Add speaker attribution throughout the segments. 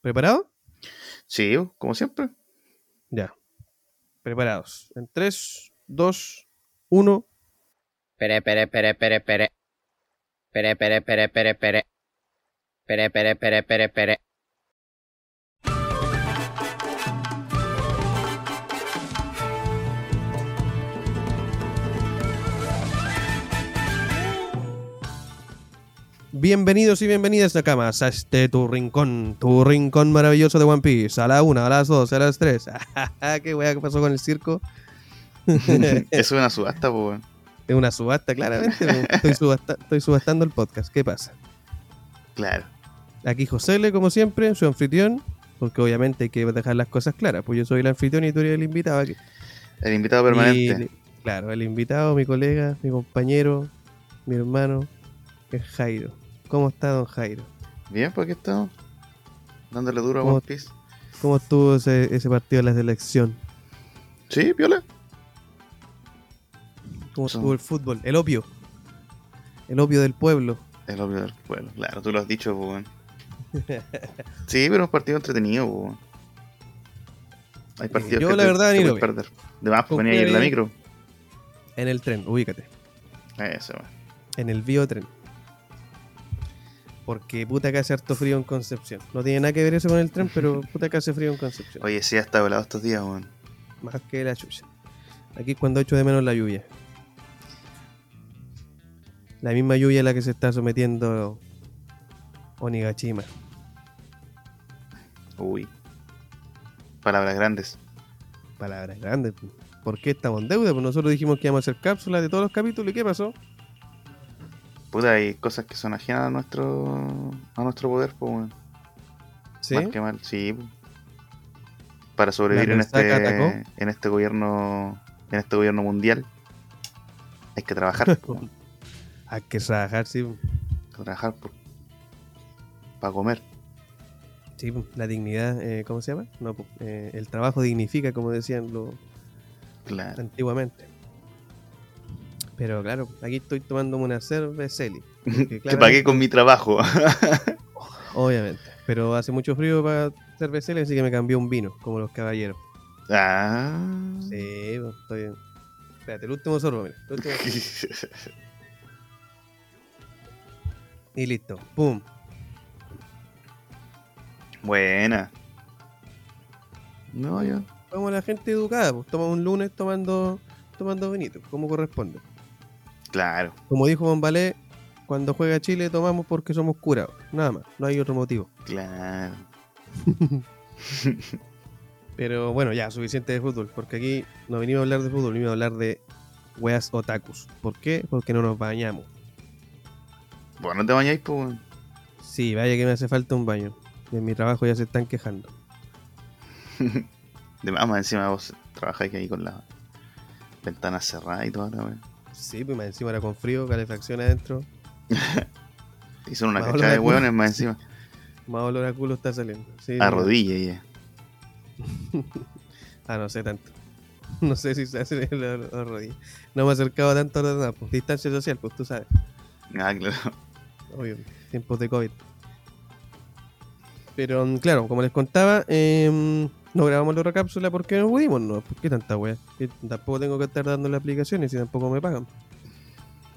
Speaker 1: ¿Preparado?
Speaker 2: Sí, como siempre.
Speaker 1: Ya. Preparados. En 3, 2, 1.
Speaker 3: Pere, pere, pere, pere, pere. Pere, pere, pere, pere, pere. Pere, pere, pere, pere, pere.
Speaker 1: Bienvenidos y bienvenidas, Nakamas, a este tu rincón, tu rincón maravilloso de One Piece. A la una, a las dos, a las tres. ¡Qué wea que pasó con el circo!
Speaker 2: Eso es una subasta, po, weón.
Speaker 1: Es una subasta, claramente. po. Estoy, subasta- estoy subastando el podcast. ¿Qué pasa?
Speaker 2: Claro.
Speaker 1: Aquí José Le, como siempre, su anfitrión, porque obviamente hay que dejar las cosas claras, pues yo soy el anfitrión y tú eres el invitado aquí.
Speaker 2: El invitado permanente.
Speaker 1: Y- claro, el invitado, mi colega, mi compañero, mi hermano, es Jairo. ¿Cómo está don Jairo?
Speaker 2: Bien, pues aquí estamos. Dándole duro a
Speaker 1: ¿Cómo-
Speaker 2: One Piece.
Speaker 1: ¿Cómo estuvo ese, ese partido de la selección?
Speaker 2: Sí, viola.
Speaker 1: ¿Cómo
Speaker 2: Sí.
Speaker 1: estuvo el fútbol? El opio. El opio del pueblo.
Speaker 2: Es lo peor del pueblo. Claro, tú lo has dicho, po, weón. Sí, pero es un partido entretenido, po, weón. Hay partidos
Speaker 1: Eh, yo
Speaker 2: que
Speaker 1: la
Speaker 2: te-
Speaker 1: verdad
Speaker 2: te
Speaker 1: ni lo
Speaker 2: puedes
Speaker 1: vi.
Speaker 2: perder. De más, pues,
Speaker 1: Con
Speaker 2: venía ahí en la
Speaker 1: que-
Speaker 2: micro.
Speaker 1: En el tren, ubícate.
Speaker 2: Eso, weón.
Speaker 1: En el biotren. Porque puta que hace harto frío en Concepción. No tiene nada que ver eso con el tren, pero puta que hace frío en Concepción.
Speaker 2: Oye, sí, ha estado helado estos días, weón.
Speaker 1: Más que la chucha. Aquí es cuando echo de menos la lluvia. La misma lluvia a la que se está sometiendo Onigashima.
Speaker 2: Uy. Palabras grandes.
Speaker 1: Palabras grandes. pu. ¿Por qué estamos en deuda? Pues nosotros dijimos que íbamos a hacer cápsulas de todos los capítulos. ¿Y qué pasó?
Speaker 2: Puta, hay cosas que son ajenas a nuestro, a nuestro poder, pues, weón.
Speaker 1: ¿Sí?
Speaker 2: Más que mal, sí. po. Para sobrevivir
Speaker 1: La
Speaker 2: en
Speaker 1: resaca
Speaker 2: este,
Speaker 1: atacó.
Speaker 2: en este gobierno en este gobierno mundial hay que trabajar, po, hay
Speaker 1: Hay que trabajar, sí. pu.
Speaker 2: que trabajar para comer.
Speaker 1: Sí, pu. la dignidad, eh, ¿cómo se llama? No, pu. Eh, el trabajo dignifica, como decían los
Speaker 2: Claro.
Speaker 1: antiguamente. Pero claro, aquí estoy tomándome una cerveza,
Speaker 2: Que pagué con mi trabajo.
Speaker 1: Obviamente. Pero hace mucho frío para ser BCL, así que me cambié un vino, como los caballeros.
Speaker 2: ah.
Speaker 1: Sí, pues, estoy bien. Espérate, el último sorbo, mira. el último sorbo. Y listo. ¡Pum!
Speaker 2: Buena. No, yo.
Speaker 1: Vamos a la gente educada, pues toma un lunes tomando tomando vinito, como corresponde.
Speaker 2: Claro.
Speaker 1: Como dijo Bombalé, cuando juega Chile tomamos porque somos curados. Nada más, no hay otro motivo.
Speaker 2: Claro.
Speaker 1: Pero bueno, ya, suficiente de fútbol, porque aquí no venimos a hablar de fútbol, venimos a hablar de weas otakus. ¿Por qué? Porque no nos bañamos.
Speaker 2: Bueno, no te bañáis, pues. weón.
Speaker 1: Sí, vaya que me hace falta un baño. Y en mi trabajo ya se están quejando.
Speaker 2: De más, más encima vos trabajáis ahí con las ventanas cerradas y toda la weón.
Speaker 1: Sí, pues más encima era con frío, calefacción adentro.
Speaker 2: Hicieron una
Speaker 1: Más
Speaker 2: cachada de
Speaker 1: olor a
Speaker 2: hueones más encima.
Speaker 1: Más olor a culo está saliendo. Sí,
Speaker 2: A
Speaker 1: sí.
Speaker 2: rodilla ya.
Speaker 1: Ah, no sé tanto. No sé si se hace el olor a rodilla. No me acercaba tanto a la nada, pues, distancia social, pues tú sabes.
Speaker 2: Ah, claro.
Speaker 1: Obvio, tiempos de COVID. Pero mm, claro, como les contaba, em, no grabamos la otra cápsula porque no pudimos, no, ¿por qué tanta wea? Que tampoco tengo que estar dando las aplicaciones y tampoco me pagan.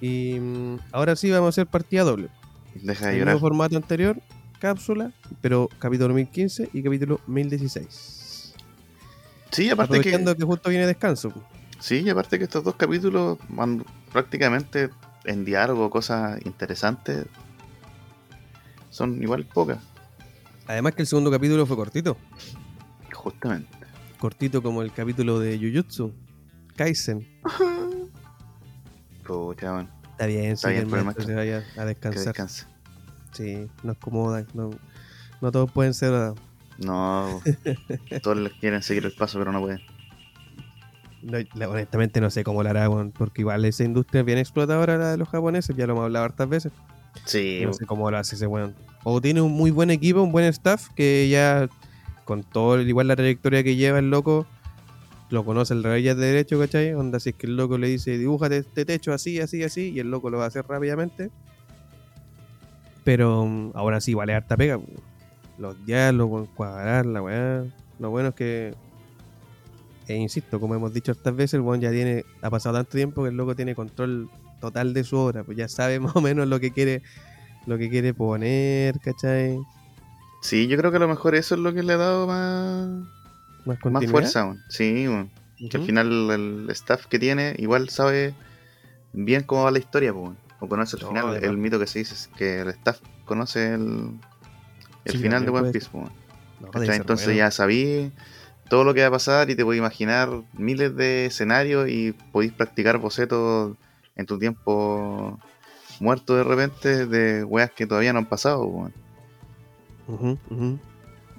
Speaker 1: Y mm, ahora sí vamos a hacer partida doble.
Speaker 2: Deja de
Speaker 1: El
Speaker 2: llorar.
Speaker 1: nuevo formato anterior, cápsula, pero capítulo 1015 y capítulo 1016.
Speaker 2: Sí, aparte
Speaker 1: Aprovechando
Speaker 2: que,
Speaker 1: que... justo viene descanso. po.
Speaker 2: sí, y aparte que estos dos capítulos van prácticamente en diálogo, cosas interesantes. Son igual pocas,
Speaker 1: Además que el segundo capítulo fue cortito.
Speaker 2: justamente.
Speaker 1: Cortito como el capítulo de Jujutsu. Kaisen.
Speaker 2: Pucha, bueno,
Speaker 1: Está bien,
Speaker 2: Está
Speaker 1: sí, que
Speaker 2: bien,
Speaker 1: el
Speaker 2: por el
Speaker 1: maestro se vaya a
Speaker 2: que
Speaker 1: descansar.
Speaker 2: descanse.
Speaker 1: Sí, nos acomodan. No, no todos pueden ser... ah,
Speaker 2: No, todos les quieren seguir el paso, pero no pueden.
Speaker 1: no, la- honestamente no sé cómo lo hará, weón, porque igual esa industria es bien explotadora la de los japoneses, ya lo hemos hablado hartas veces.
Speaker 2: Sí,
Speaker 1: No sé cómo lo hace ese weón. O tiene un muy buen equipo, un buen staff, que ya con todo, el- igual la trayectoria que lleva el loco, lo conoce el rey de derecho, ¿cachai? Onda, si es que el loco le dice, dibújate este techo así, así, así, y el loco lo va a hacer rápidamente. Pero mm, ahora sí, vale harta pega. po. los diálogos, encuadrar la weá. Lo bueno es que, e insisto, como hemos dicho estas veces, el weón ya tiene, ha pasado tanto tiempo que el loco tiene control total de su obra, pues ya sabe más o menos lo que quiere, lo que quiere poner, ¿cachai?
Speaker 2: Sí, yo creo que a lo mejor eso es lo que le ha dado más,
Speaker 1: Más,
Speaker 2: más
Speaker 1: continuidad.
Speaker 2: fuerza. weón. Sí, weón. que al
Speaker 1: Ujú.
Speaker 2: final el staff que tiene igual sabe bien cómo va la historia, pues, o conoce el
Speaker 1: No,
Speaker 2: final,
Speaker 1: de
Speaker 2: el
Speaker 1: verdad.
Speaker 2: mito que se dice es que el staff conoce el, el
Speaker 1: Sí,
Speaker 2: final
Speaker 1: también
Speaker 2: de One
Speaker 1: puede
Speaker 2: Piece, pues,
Speaker 1: No,
Speaker 2: ¿cachai?
Speaker 1: debe ser
Speaker 2: entonces
Speaker 1: bueno.
Speaker 2: ya sabí todo lo que va a pasar y te podés imaginar miles de escenarios y podéis practicar bocetos en tu tiempo muerto de repente de weas que todavía no han pasado, pues,
Speaker 1: Ujú, ujú.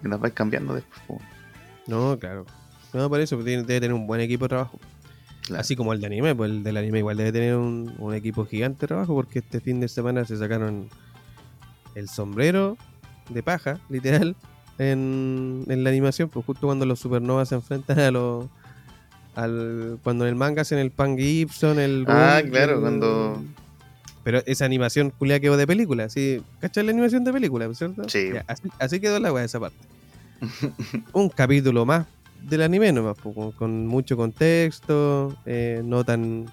Speaker 2: y las vais cambiando después. pues.
Speaker 1: No, claro. No, por eso pues, tiene- debe tener un buen equipo de trabajo.
Speaker 2: Claro.
Speaker 1: Así como el de anime, pues el del anime igual debe tener un, un equipo gigante de trabajo porque este fin de semana se sacaron el sombrero de paja, literal, en, en la animación, pues justo cuando los supernovas se enfrentan a los... Al, cuando en el manga hacen el Pan Gibson, el...
Speaker 2: Ah,
Speaker 1: Gun,
Speaker 2: claro,
Speaker 1: el-
Speaker 2: cuando-
Speaker 1: Pero esa animación culia quedó de película, ¿sí? ¿Cachai la animación de película, cierto?
Speaker 2: Sí.
Speaker 1: Ya, así, así quedó la weá esa parte. un capítulo más del anime nomás, po, con, con mucho contexto, eh, no tan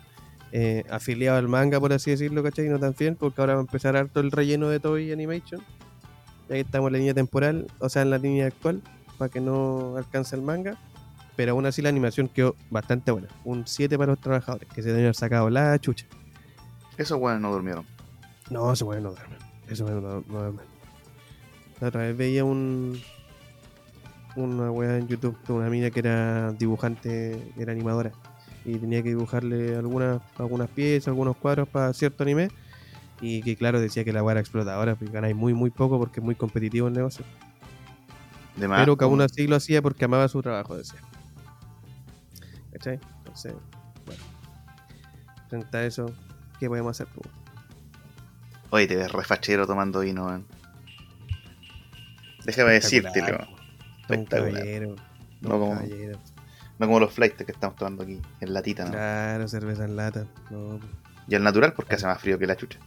Speaker 1: eh, afiliado al manga, por así decirlo, ¿cachai? No tan fiel, porque ahora va a empezar harto el relleno de Toy Animation, ya que estamos en la línea temporal, o sea, en la línea actual, para que no alcance el manga. Pero aún así la animación quedó bastante buena. Un 7 para los trabajadores, que se deben haber sacado la chucha.
Speaker 2: Esos weas no durmieron.
Speaker 1: No, se puede no duermen. Eso no, no duermen. La otra vez veía un. Una weá en YouTube de una mina que era dibujante, era animadora. Y tenía que dibujarle algunas, algunas piezas, algunos cuadros para cierto anime. Y que claro, decía que la weá era explotadora, porque ganáis muy, muy poco porque es muy competitivo el negocio.
Speaker 2: De más,
Speaker 1: Pero que
Speaker 2: pues.
Speaker 1: aún así lo hacía porque amaba su trabajo, decía. ¿Cachai? Entonces, bueno. Frente a eso, ¿qué podemos hacer? pues? po?
Speaker 2: Oye, te ves refachero tomando vino, weón. Déjame decírtelo.
Speaker 1: Un
Speaker 2: Espectacular.
Speaker 1: caballero.
Speaker 2: No
Speaker 1: un
Speaker 2: como-
Speaker 1: caballero.
Speaker 2: No como los flights que estamos tomando aquí, en latita, ¿no?
Speaker 1: Claro, cerveza en lata. No,
Speaker 2: Y al natural porque hace más frío que la chucha.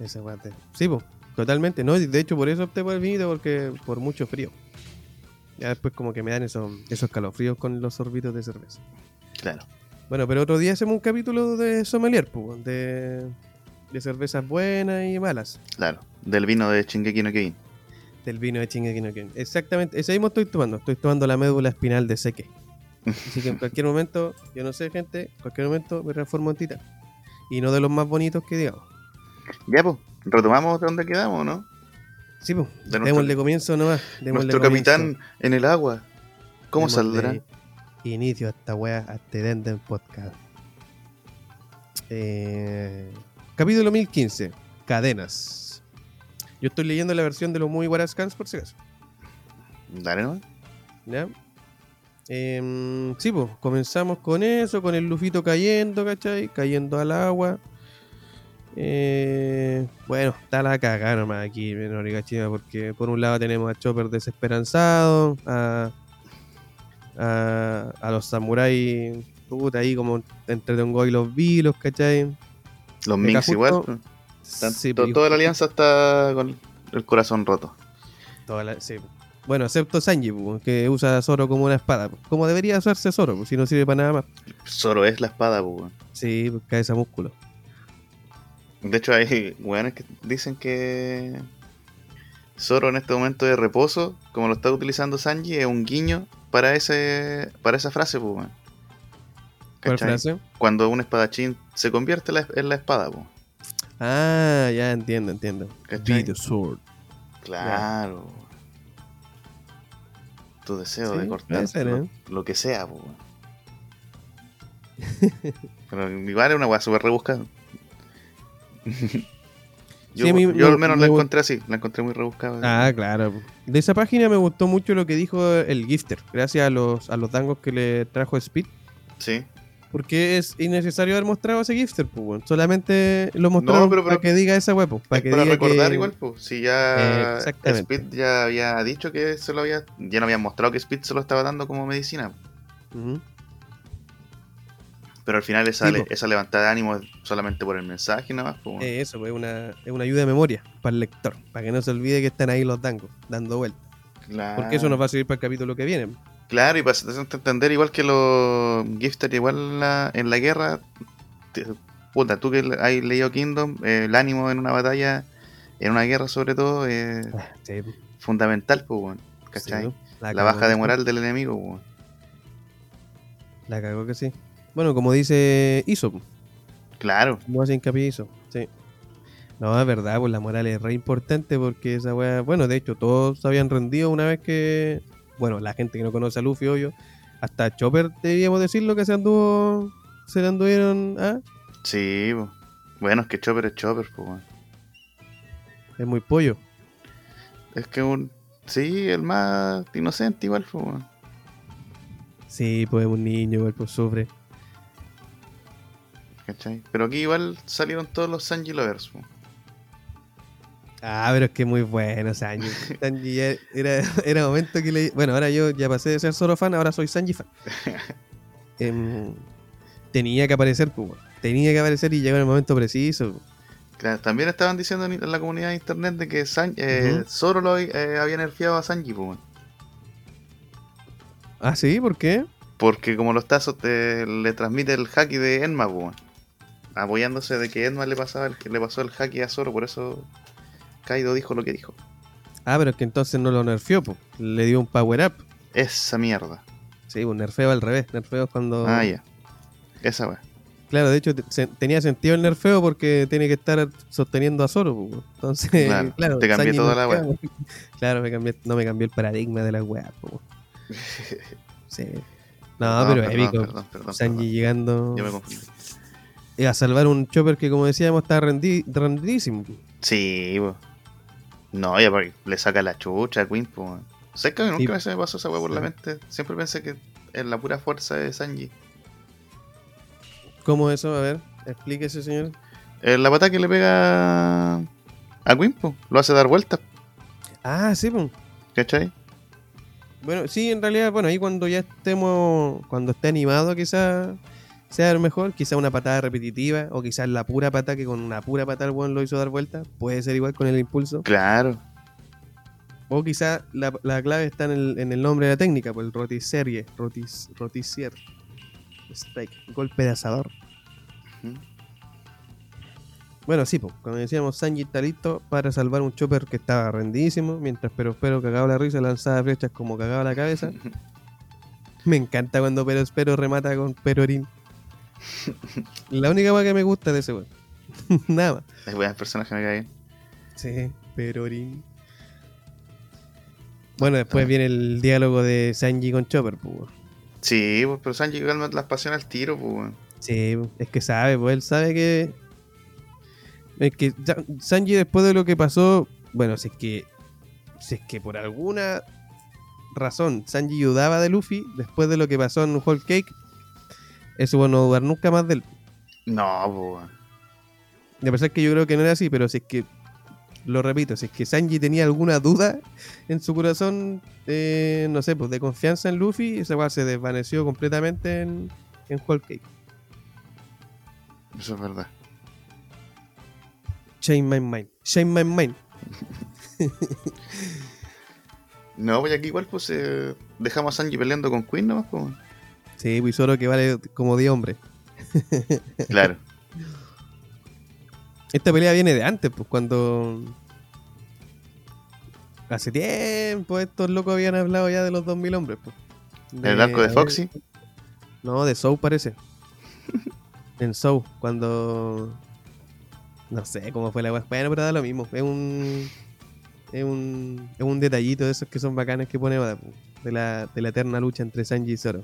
Speaker 1: esa parte. Sí, po, totalmente. No, de hecho, por eso opté por el vinito, porque por mucho frío. Ya después como que me dan esos, esos calofríos con los sorbitos de cerveza.
Speaker 2: Claro.
Speaker 1: Bueno, pero otro día hacemos un capítulo de sommelier, po, de, de cervezas buenas y malas.
Speaker 2: Claro. Del vino de Shingeki no Kyojin.
Speaker 1: Del vino de Shingeki no Kyojin. Exactamente, ese mismo estoy tomando. Estoy tomando la médula espinal de Seque. Así que en cualquier momento, yo no sé, gente, en cualquier momento me transformo en titán. Y no de los más bonitos que digamos.
Speaker 2: Ya, pues. Retomamos de donde quedamos, ¿no?
Speaker 1: Sí, pues,
Speaker 2: De nuestro-
Speaker 1: démosle comienzo nomás. démosle
Speaker 2: Nuestro
Speaker 1: comienzo.
Speaker 2: capitán en el agua. ¿Cómo
Speaker 1: Démosle
Speaker 2: saldrá?
Speaker 1: Inicio a esta weá, a este Denden Podcast. Eh, capítulo 1015, Cadenas. Yo estoy leyendo la versión de los muy buenas cans por si acaso.
Speaker 2: Dale, ¿no?
Speaker 1: ¿Ya? Em, sí, pues, comenzamos con eso, con el lufito cayendo, ¿cachai? Cayendo al agua. Eh, bueno, está la cagada nomás aquí en Origachima, porque por un lado tenemos a Chopper desesperanzado, a, a, a los samuráis, puta, ahí como entre Tongo y los Vilos, ¿cachai?
Speaker 2: Los
Speaker 1: Mega
Speaker 2: Minx igual.
Speaker 1: justo-
Speaker 2: pues. Están-
Speaker 1: Sí,
Speaker 2: to-
Speaker 1: pues,
Speaker 2: toda la alianza está con el corazón roto.
Speaker 1: Toda la- sí. Bueno, excepto Sanji, pues, que usa a Zoro como una espada, pues, como debería usarse Zoro, pues, si no sirve para nada más.
Speaker 2: Solo es la espada, pues. weón.
Speaker 1: Sí, pues, cae ese músculo.
Speaker 2: De hecho, hay weones que dicen que Zoro en este momento de reposo, como lo está utilizando Sanji, es un guiño para ese para esa frase, pues, weón.
Speaker 1: ¿Cuál
Speaker 2: ¿Cachai?
Speaker 1: frase?
Speaker 2: Cuando un espadachín se convierte en la, en la espada, pues.
Speaker 1: Ah, ya entiendo, entiendo.
Speaker 2: ¿Cachai?
Speaker 1: Be the sword.
Speaker 2: Claro. Tu deseo
Speaker 1: Sí,
Speaker 2: de
Speaker 1: puede
Speaker 2: cortar
Speaker 1: ser,
Speaker 2: lo,
Speaker 1: ¿eh?
Speaker 2: lo que sea, pues. weón. Pero igual es una weá súper rebuscada. yo,
Speaker 1: Sí, a mí
Speaker 2: yo
Speaker 1: me-
Speaker 2: al menos
Speaker 1: me
Speaker 2: la
Speaker 1: gu-
Speaker 2: encontré así, la encontré muy rebuscada.
Speaker 1: Ah, claro. De esa página me gustó mucho lo que dijo el Gifter, gracias a los, a los dangos que le trajo Speed.
Speaker 2: Sí.
Speaker 1: Porque es innecesario haber mostrado ese Gifter, pues, weón. Solamente lo mostraron
Speaker 2: pero- pero-
Speaker 1: para que diga esa huevo. Para
Speaker 2: Es
Speaker 1: que
Speaker 2: para
Speaker 1: diga
Speaker 2: recordar
Speaker 1: que-
Speaker 2: igual, pues, si ya
Speaker 1: Eh, exactamente.
Speaker 2: Speed ya había dicho que se lo había, ya no habían mostrado que Speed se lo estaba dando como medicina.
Speaker 1: Ujú.
Speaker 2: Pero al final esa,
Speaker 1: Sí,
Speaker 2: le-
Speaker 1: po.
Speaker 2: esa levantada de ánimo es solamente por el mensaje nada más. po, weón.
Speaker 1: Eh, eso, pues, es una, es una ayuda de memoria para el lector, para que no se olvide que están ahí los dangos, dando vueltas.
Speaker 2: claro.
Speaker 1: Porque eso nos va a servir para el capítulo que viene.
Speaker 2: Claro, y para hacerte entender, igual que los Gifter, igual en la, en la guerra, te- puta, tú que le- has leído Kingdom, eh, el ánimo en una batalla, en una guerra sobre todo, es
Speaker 1: Sí,
Speaker 2: fundamental, pues, weón, Ah, ¿cachai?
Speaker 1: sí, ¿no?
Speaker 2: La
Speaker 1: cagó
Speaker 2: baja de
Speaker 1: que
Speaker 2: moral del enemigo, weón.
Speaker 1: sí, La cagó que sí. Bueno, como dice Iso,
Speaker 2: Claro,
Speaker 1: no hace hincapié Iso, sí. No, es verdad, pues la moral es re importante porque esa wea. Bueno, de hecho, todos se habían rendido una vez que. Bueno, la gente que no conoce a Luffy, obvio. Hasta Chopper, deberíamos decirlo, que se anduvo. Se le anduvieron. ¿ah?
Speaker 2: sí, po. bueno, es que Chopper es Chopper, pues, weón.
Speaker 1: Es muy pollo.
Speaker 2: Es que un. Sí, el más inocente, igual, pues, weón.
Speaker 1: Sí, pues un niño, igual, pues sufre.
Speaker 2: ¿cachai? Pero aquí igual salieron todos los Sanji Lovers, po.
Speaker 1: Ah, pero es que muy bueno, Sanji. Sanji ya era, era momento que le. Bueno, ahora yo ya pasé de ser solo fan, ahora soy Sanji fan. Em, tenía que aparecer, pues, weón. tenía que aparecer y llegó en el momento preciso.
Speaker 2: Claro, también estaban diciendo en en la comunidad de internet de que San, eh,
Speaker 1: Ujú.
Speaker 2: Zoro lo eh, había nerfeado a Sanji, po, weón.
Speaker 1: Ah, sí, ¿por qué?
Speaker 2: porque como los tazos te- le transmite el hacky de Enma, po, weón. apoyándose de que Enma le pasaba el, que le pasó el hacky a Zoro, por eso Kaido dijo lo que dijo.
Speaker 1: Ah, pero es que entonces no lo nerfeó, pues. Le dio un power up.
Speaker 2: Esa mierda.
Speaker 1: Sí, un nerfeo al revés. Nerfeo es cuando.
Speaker 2: Ah, ya. Esa weá.
Speaker 1: Claro, de hecho, te- se- tenía sentido el nerfeo porque tiene que estar sosteniendo a Zoro. pues, weón. Entonces,
Speaker 2: Claro,
Speaker 1: claro,
Speaker 2: te cambié
Speaker 1: Sanji
Speaker 2: toda la
Speaker 1: nerfea, weón. Claro, me cambié- no me cambió el paradigma de la weá. pues, weón. Sí. No, pero
Speaker 2: perdón,
Speaker 1: épico.
Speaker 2: Perdón, perdón,
Speaker 1: Sanji
Speaker 2: perdón.
Speaker 1: llegando
Speaker 2: Yo me confundí.
Speaker 1: eh, a salvar un chopper que, como decíamos, está rendi- rendidísimo.
Speaker 2: Sí, po. No, ya porque le saca la chucha a Queen, po. weón. ¿Sabes que nunca se me pasó esa weá por la
Speaker 1: Sí.
Speaker 2: mente? Siempre pensé que en la pura fuerza de Sanji.
Speaker 1: ¿Cómo eso? A ver, explíquese, señor.
Speaker 2: Eh, la pata que le pega a Queen, po, lo hace dar vueltas,
Speaker 1: Ah, sí, pues.
Speaker 2: ¿cachai?
Speaker 1: Bueno, sí, en realidad, bueno, ahí cuando ya estemos, cuando esté animado, quizás sea el mejor, quizás una patada repetitiva, o quizás la pura pata que con una pura pata el buen lo hizo dar vuelta, puede ser igual con el impulso,
Speaker 2: Claro,
Speaker 1: o quizás la, la clave está en el, en el nombre de la técnica, pues el rotiserie, rotis, rotisier, strike, golpe de asador.
Speaker 2: Ujú.
Speaker 1: Bueno, sí, pues, como decíamos, Sanji está listo para salvar un chopper que estaba rendidísimo, mientras Pero Espero cagaba la risa, lanzaba flechas como cagaba la cabeza. Me encanta cuando Pero Espero remata con Perorín. La única weá que me gusta de ese weón. Nada más.
Speaker 2: es buena personaje, me cae bien.
Speaker 1: Sí, Perorín. Bueno, después viene el diálogo de Sanji con Chopper, pues. weón.
Speaker 2: Sí, po, pero Sanji calma las pasiones al tiro, po, weón.
Speaker 1: Sí, es que sabe, pues él sabe que. Es que Sa- Sanji, después de lo que pasó, bueno, si es que. Si es que por alguna razón Sanji dudaba de Luffy, después de lo que pasó en Whole Cake, eso bueno, no dudar nunca más de él.
Speaker 2: No, po, weón.
Speaker 1: Y a pesar que yo creo que no era así, pero si es que. Lo repito, si es que Sanji tenía alguna duda en su corazón, eh, no sé, pues de confianza en Luffy, esa cual se desvaneció completamente en, en Whole Cake.
Speaker 2: eso es verdad.
Speaker 1: Change my mind. Change my mind.
Speaker 2: No, pues aquí igual, pues eh, dejamos a Sanji peleando con Queen nomás, po, weón.
Speaker 1: Sí, pues solo que vale como 10 hombres.
Speaker 2: Claro,
Speaker 1: Esta pelea viene de antes, pues cuando. Hace tiempo estos locos habían hablado ya de los 2000 hombres, pues. Eh,
Speaker 2: el arco de Foxy.
Speaker 1: No, de Soul parece. en Soul, cuando. No sé cómo fue la wea. Bueno, pero da lo mismo. Es un. Es un, es un detallito de esos que son bacanes que pone Oda, pu, de la, de la eterna lucha entre Sanji y Zoro.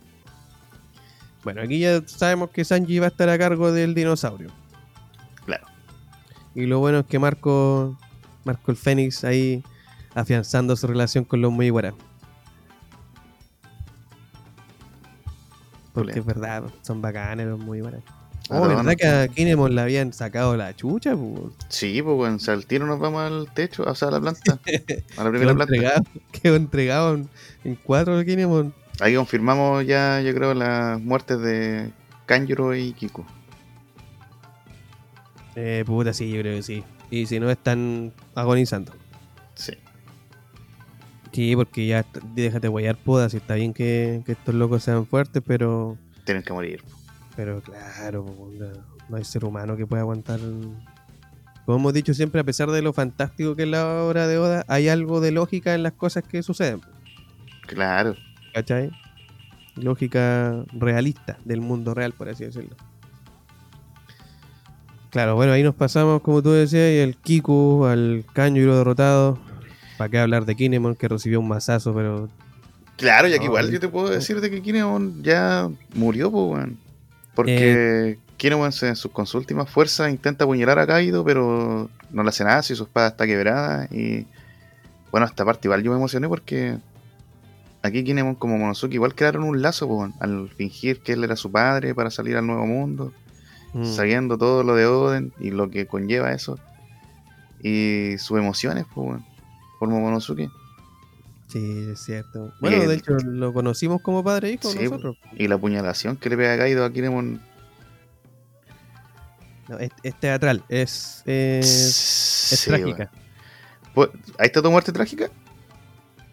Speaker 1: Bueno, aquí ya sabemos que Sanji va a estar a cargo del dinosaurio.
Speaker 2: Claro.
Speaker 1: Y lo bueno es que Marco, Marco el Fénix ahí afianzando su relación con los Mugiwara. Porque es verdad, son bacanes los Mugiwara. Oh,
Speaker 2: Perdón,
Speaker 1: ¿verdad que a Kinemon le habían sacado la chucha? po?
Speaker 2: Sí, pues, weón. O sea, al tiro nos vamos al techo, o sea, a la planta. A
Speaker 1: Quedó
Speaker 2: la primera planta.
Speaker 1: entregado, quedó entregado en, en cuatro el Kinemon.
Speaker 2: Ahí confirmamos ya, yo creo, las muertes de Kanjuro y Kiku.
Speaker 1: Eh, puta, sí, yo creo que sí. Y si no, están agonizando.
Speaker 2: Sí.
Speaker 1: Sí, porque ya está- déjate guayar podas. Está bien que, que estos locos sean fuertes, pero
Speaker 2: Tienen que morir.
Speaker 1: Pero claro, po, onda, no hay ser humano que pueda aguantar. Como hemos dicho siempre, a pesar de lo fantástico que es la obra de Oda, hay algo de lógica en las cosas que suceden. po,
Speaker 2: Claro.
Speaker 1: ¿Cachai? Lógica realista del mundo real, por así decirlo. Claro, bueno, ahí nos pasamos, como tú decías, y el Kiku, al Kanjuro derrotado. ¿Para qué hablar de Kinemon, que recibió un mazazo, pero
Speaker 2: Claro, ya que
Speaker 1: No,
Speaker 2: igual
Speaker 1: sí.
Speaker 2: yo te puedo decir de que Kinemon ya murió, pues, weón. Porque
Speaker 1: Eh.
Speaker 2: Kinemon se- en sus con su última fuerza intenta apuñalar a Kaido, pero no le hace nada si su espada está quebrada. Y bueno, esta parte igual yo me emocioné porque aquí Kinemon como Monosuke igual crearon un lazo, pues, weón, al fingir que él era su padre para salir al nuevo mundo,
Speaker 1: mm,
Speaker 2: sabiendo todo lo de Oden y lo que conlleva eso. Y sus emociones, pues, weón, por Momonosuke.
Speaker 1: sí, es cierto. Bueno,
Speaker 2: Bien.
Speaker 1: de hecho, lo conocimos como padre e hijo
Speaker 2: Eh, Sí,
Speaker 1: nosotros.
Speaker 2: Y la apuñalación que le pega a Kaido a Kinemon
Speaker 1: No, es, es teatral, es, es, es
Speaker 2: Sí,
Speaker 1: trágica.
Speaker 2: weón. Pu- ¿Ahí está tu muerte trágica?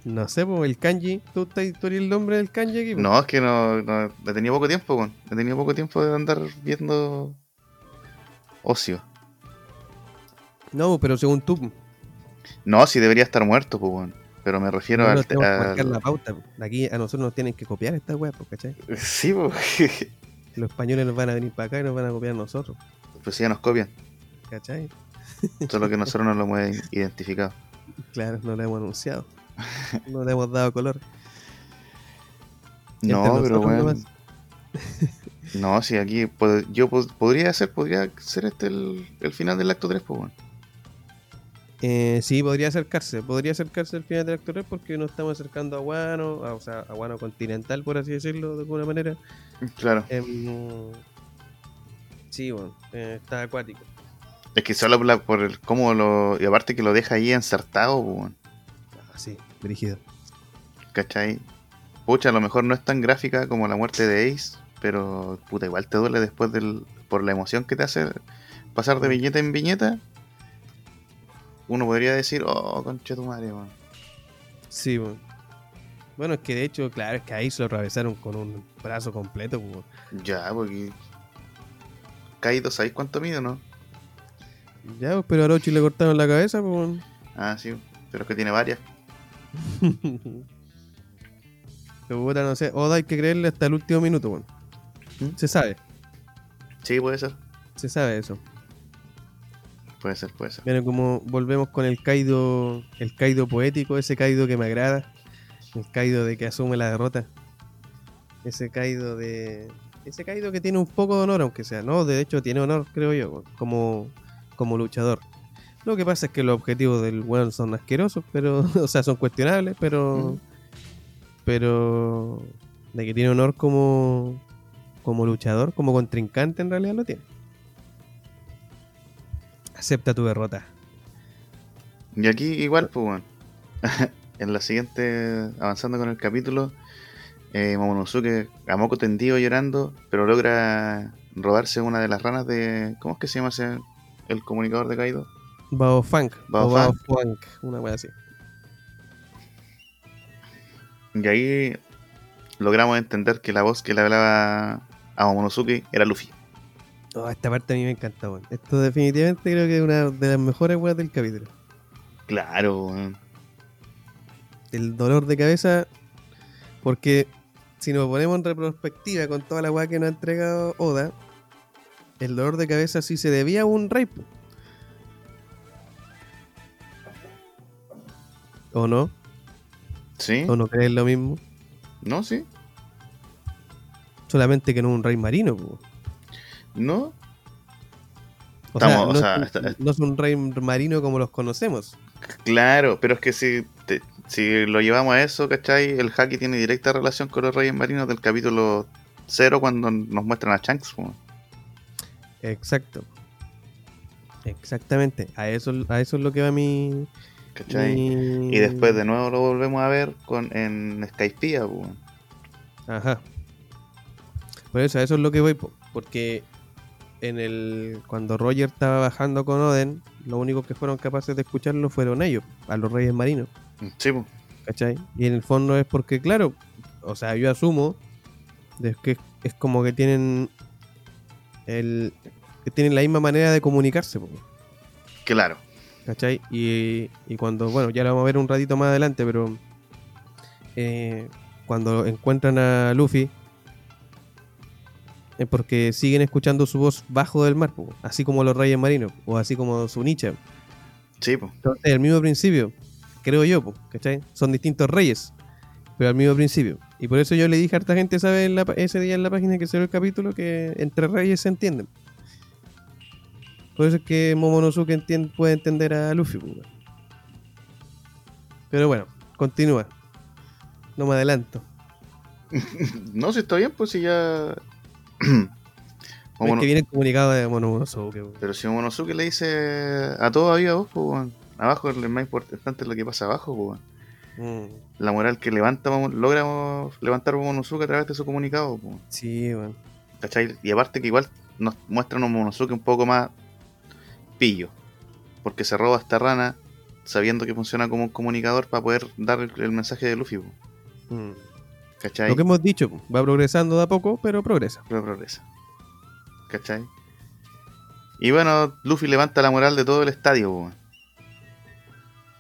Speaker 1: No sé, po, el kanji, ¿tú, estás- tú eres el nombre del kanji aquí? po?
Speaker 2: No, es que no, no- he tenido poco tiempo, weón. He tenido poco tiempo de andar viendo ocio.
Speaker 1: No, pero según tú, po.
Speaker 2: No, sí debería estar muerto, pues, weón. Pero me refiero
Speaker 1: no
Speaker 2: al...
Speaker 1: nos ah, tenemos que
Speaker 2: al-
Speaker 1: marcar la pauta. po. Aquí a nosotros nos tienen que copiar esta wea, po, ¿cachai?
Speaker 2: Sí, pues.
Speaker 1: Los españoles nos van a venir para acá y nos van a copiar a nosotros,
Speaker 2: pues sí, ya nos copian.
Speaker 1: ¿cachai?
Speaker 2: Solo que nosotros no lo hemos identificado.
Speaker 1: Claro, no lo hemos anunciado. No le hemos dado color. Entre
Speaker 2: No, pero
Speaker 1: nosotros
Speaker 2: bueno.
Speaker 1: nomás.
Speaker 2: No, sí, aquí pod- yo pod- podría ser, podría ser este el, el final del acto 3, pues, weón.
Speaker 1: Eh, sí, podría acercarse. Podría acercarse al final del acto 3 porque nos estamos acercando a Guano, a- o sea, a Guano continental, por así decirlo, de alguna manera.
Speaker 2: Claro.
Speaker 1: Em, sí, bueno, eh, está acuático.
Speaker 2: Es que solo por, la- por el cómo lo... Y aparte que lo deja ahí ensartado, pues, weón.
Speaker 1: Ah, sí, dirigido.
Speaker 2: ¿Cachai? Pucha, a lo mejor no es tan gráfica como la muerte de Ace, pero puta, igual te duele después del, por la emoción que te hace pasar de viñeta en viñeta. Uno podría decir, oh, concha tu madre, weón.
Speaker 1: Sí, bueno. Bueno, es que de hecho, claro, es que ahí se lo atravesaron con un brazo completo. pues, bueno.
Speaker 2: Ya, porque. Caído, ¿sabéis cuánto mide o no?
Speaker 1: Ya, pues, pero a Orochi le cortaron la cabeza. pues, bueno.
Speaker 2: Ah, sí, pero es que tiene varias.
Speaker 1: Pero, puta, no sé. Oda hay que creerle hasta el último minuto. bueno.
Speaker 2: ¿Mm?
Speaker 1: Se sabe,
Speaker 2: Sí, puede ser,
Speaker 1: se sabe eso.
Speaker 2: puede ser, puede ser.
Speaker 1: Bueno, como volvemos con el Kaido, el Kaido poético, ese Kaido que me agrada, el Kaido de que asume la derrota, ese Kaido de, ese Kaido que tiene un poco de honor, aunque sea, no, de hecho tiene honor, creo yo, como, como luchador. Lo que pasa es que los objetivos del weón son asquerosos, pero, o sea, son cuestionables, pero, pero, de que tiene honor como, como luchador, como contrincante en realidad lo tiene. Acepta tu derrota.
Speaker 2: Y aquí igual, pues bueno. en la siguiente, avanzando con el capítulo, eh, Momonosuke a moco tendido llorando, pero logra robarse una de las ranas de... ¿Cómo es que se llama ese, el comunicador de Kaido?
Speaker 1: Bao Funk.
Speaker 2: Bao
Speaker 1: o Bao Funk, una wea así.
Speaker 2: Y ahí logramos entender que la voz que le hablaba a Momonosuke era Luffy.
Speaker 1: Oh, esta parte a mí me encanta, weón. Esto definitivamente creo que es una de las mejores weas del capítulo.
Speaker 2: Claro, weón.
Speaker 1: El dolor de cabeza, porque si nos ponemos en retrospectiva con toda la wea que nos ha entregado Oda, el dolor de cabeza sí se debía a un rape. ¿O no?
Speaker 2: ¿Sí?
Speaker 1: ¿O no crees lo mismo?
Speaker 2: ¿No? ¿Sí?
Speaker 1: Solamente que no un rey marino, po.
Speaker 2: ¿No?
Speaker 1: O
Speaker 2: Estamos, o sea,
Speaker 1: no, es un-
Speaker 2: está-
Speaker 1: no es un rey marino como los conocemos.
Speaker 2: Claro, pero es que si, te- si lo llevamos a eso, ¿cachai? El Haki tiene directa relación con los Reyes Marinos del capítulo 0 cuando nos muestran a Shanks. po.
Speaker 1: Exacto. Exactamente. A eso, a eso es lo que va mi.
Speaker 2: ¿Cachai?
Speaker 1: mi-
Speaker 2: Y después de nuevo lo volvemos a ver con, en Skypiea. po.
Speaker 1: Ajá. Por eso, a eso es lo que voy. po. Porque en el cuando Roger estaba bajando con Oden, los únicos que fueron capaces de escucharlo fueron ellos, a los Reyes Marinos.
Speaker 2: Sí, po.
Speaker 1: ¿Cachai? Y en el fondo es porque, claro, o sea, yo asumo de que es como que tienen el que tienen la misma manera de comunicarse, po,
Speaker 2: claro.
Speaker 1: ¿cachai? Y, y cuando, bueno, ya lo vamos a ver un ratito más adelante, pero eh, cuando encuentran a Luffy es porque siguen escuchando su voz bajo del mar, po, así como los Reyes Marinos o así como su Nietzsche.
Speaker 2: Sí, po.
Speaker 1: Entonces, el mismo principio, creo yo, po, ¿cachai? Son distintos reyes, pero al mismo principio. Y por eso yo le dije a harta gente, ¿sabe? En la pa- ese día en la página que salió el capítulo, que entre reyes se entienden. Por eso es que Momonosuke entien- puede entender a Luffy. po, weón. Pero bueno, continúa. No me adelanto.
Speaker 2: No, si está bien, pues si ya.
Speaker 1: Es
Speaker 2: Momono-
Speaker 1: que viene el comunicado de Momonosuke. weón.
Speaker 2: Pero si Momonosuke le dice a todo había vos, pues, weón. Abajo es lo más importante es lo que pasa abajo, pues, weón.
Speaker 1: Mm,
Speaker 2: La moral que levanta, Momo- logra Momo- levantar Momonosuke a través de su comunicado, pues, weón.
Speaker 1: sí, weón.
Speaker 2: ¿Cachai? Y aparte que igual nos muestran un Momonosuke un poco más pillo. Porque se roba esta rana sabiendo que funciona como un comunicador para poder dar el, el mensaje de Luffy. po,
Speaker 1: Mm.
Speaker 2: ¿Cachai?
Speaker 1: Lo que hemos dicho, po, va progresando de a poco, pero progresa.
Speaker 2: Pero progresa. ¿Cachai? Y bueno, Luffy levanta la moral de todo el estadio. po, weón.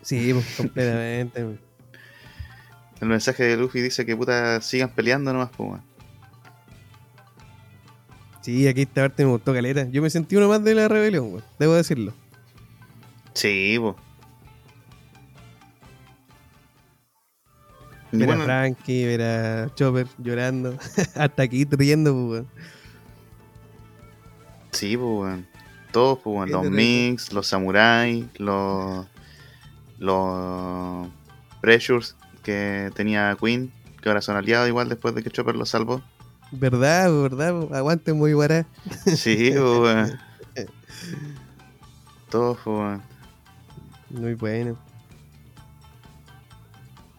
Speaker 1: Sí, po, completamente. weón.
Speaker 2: El mensaje de Luffy dice que puta sigan peleando nomás. po, weón.
Speaker 1: Sí, aquí esta parte me gustó caleta. Yo me sentí uno más de la rebelión, weón. Debo decirlo.
Speaker 2: Sí, po. Y
Speaker 1: Ver
Speaker 2: bueno,
Speaker 1: a Frankie, ver a Chopper llorando. Hasta aquí riendo, pues, weón.
Speaker 2: Sí, pues, weón. Todos, pues, weón.
Speaker 1: Qué
Speaker 2: Los
Speaker 1: terrible.
Speaker 2: Minx, los Samurai, los. Los. Pressures que tenía Queen, que ahora son aliados igual después de que Chopper los salvó.
Speaker 1: ¿Verdad, po, verdad? po? Aguante muy guará.
Speaker 2: Sí, pues, weón. Todos, pues, weón.
Speaker 1: Muy bueno.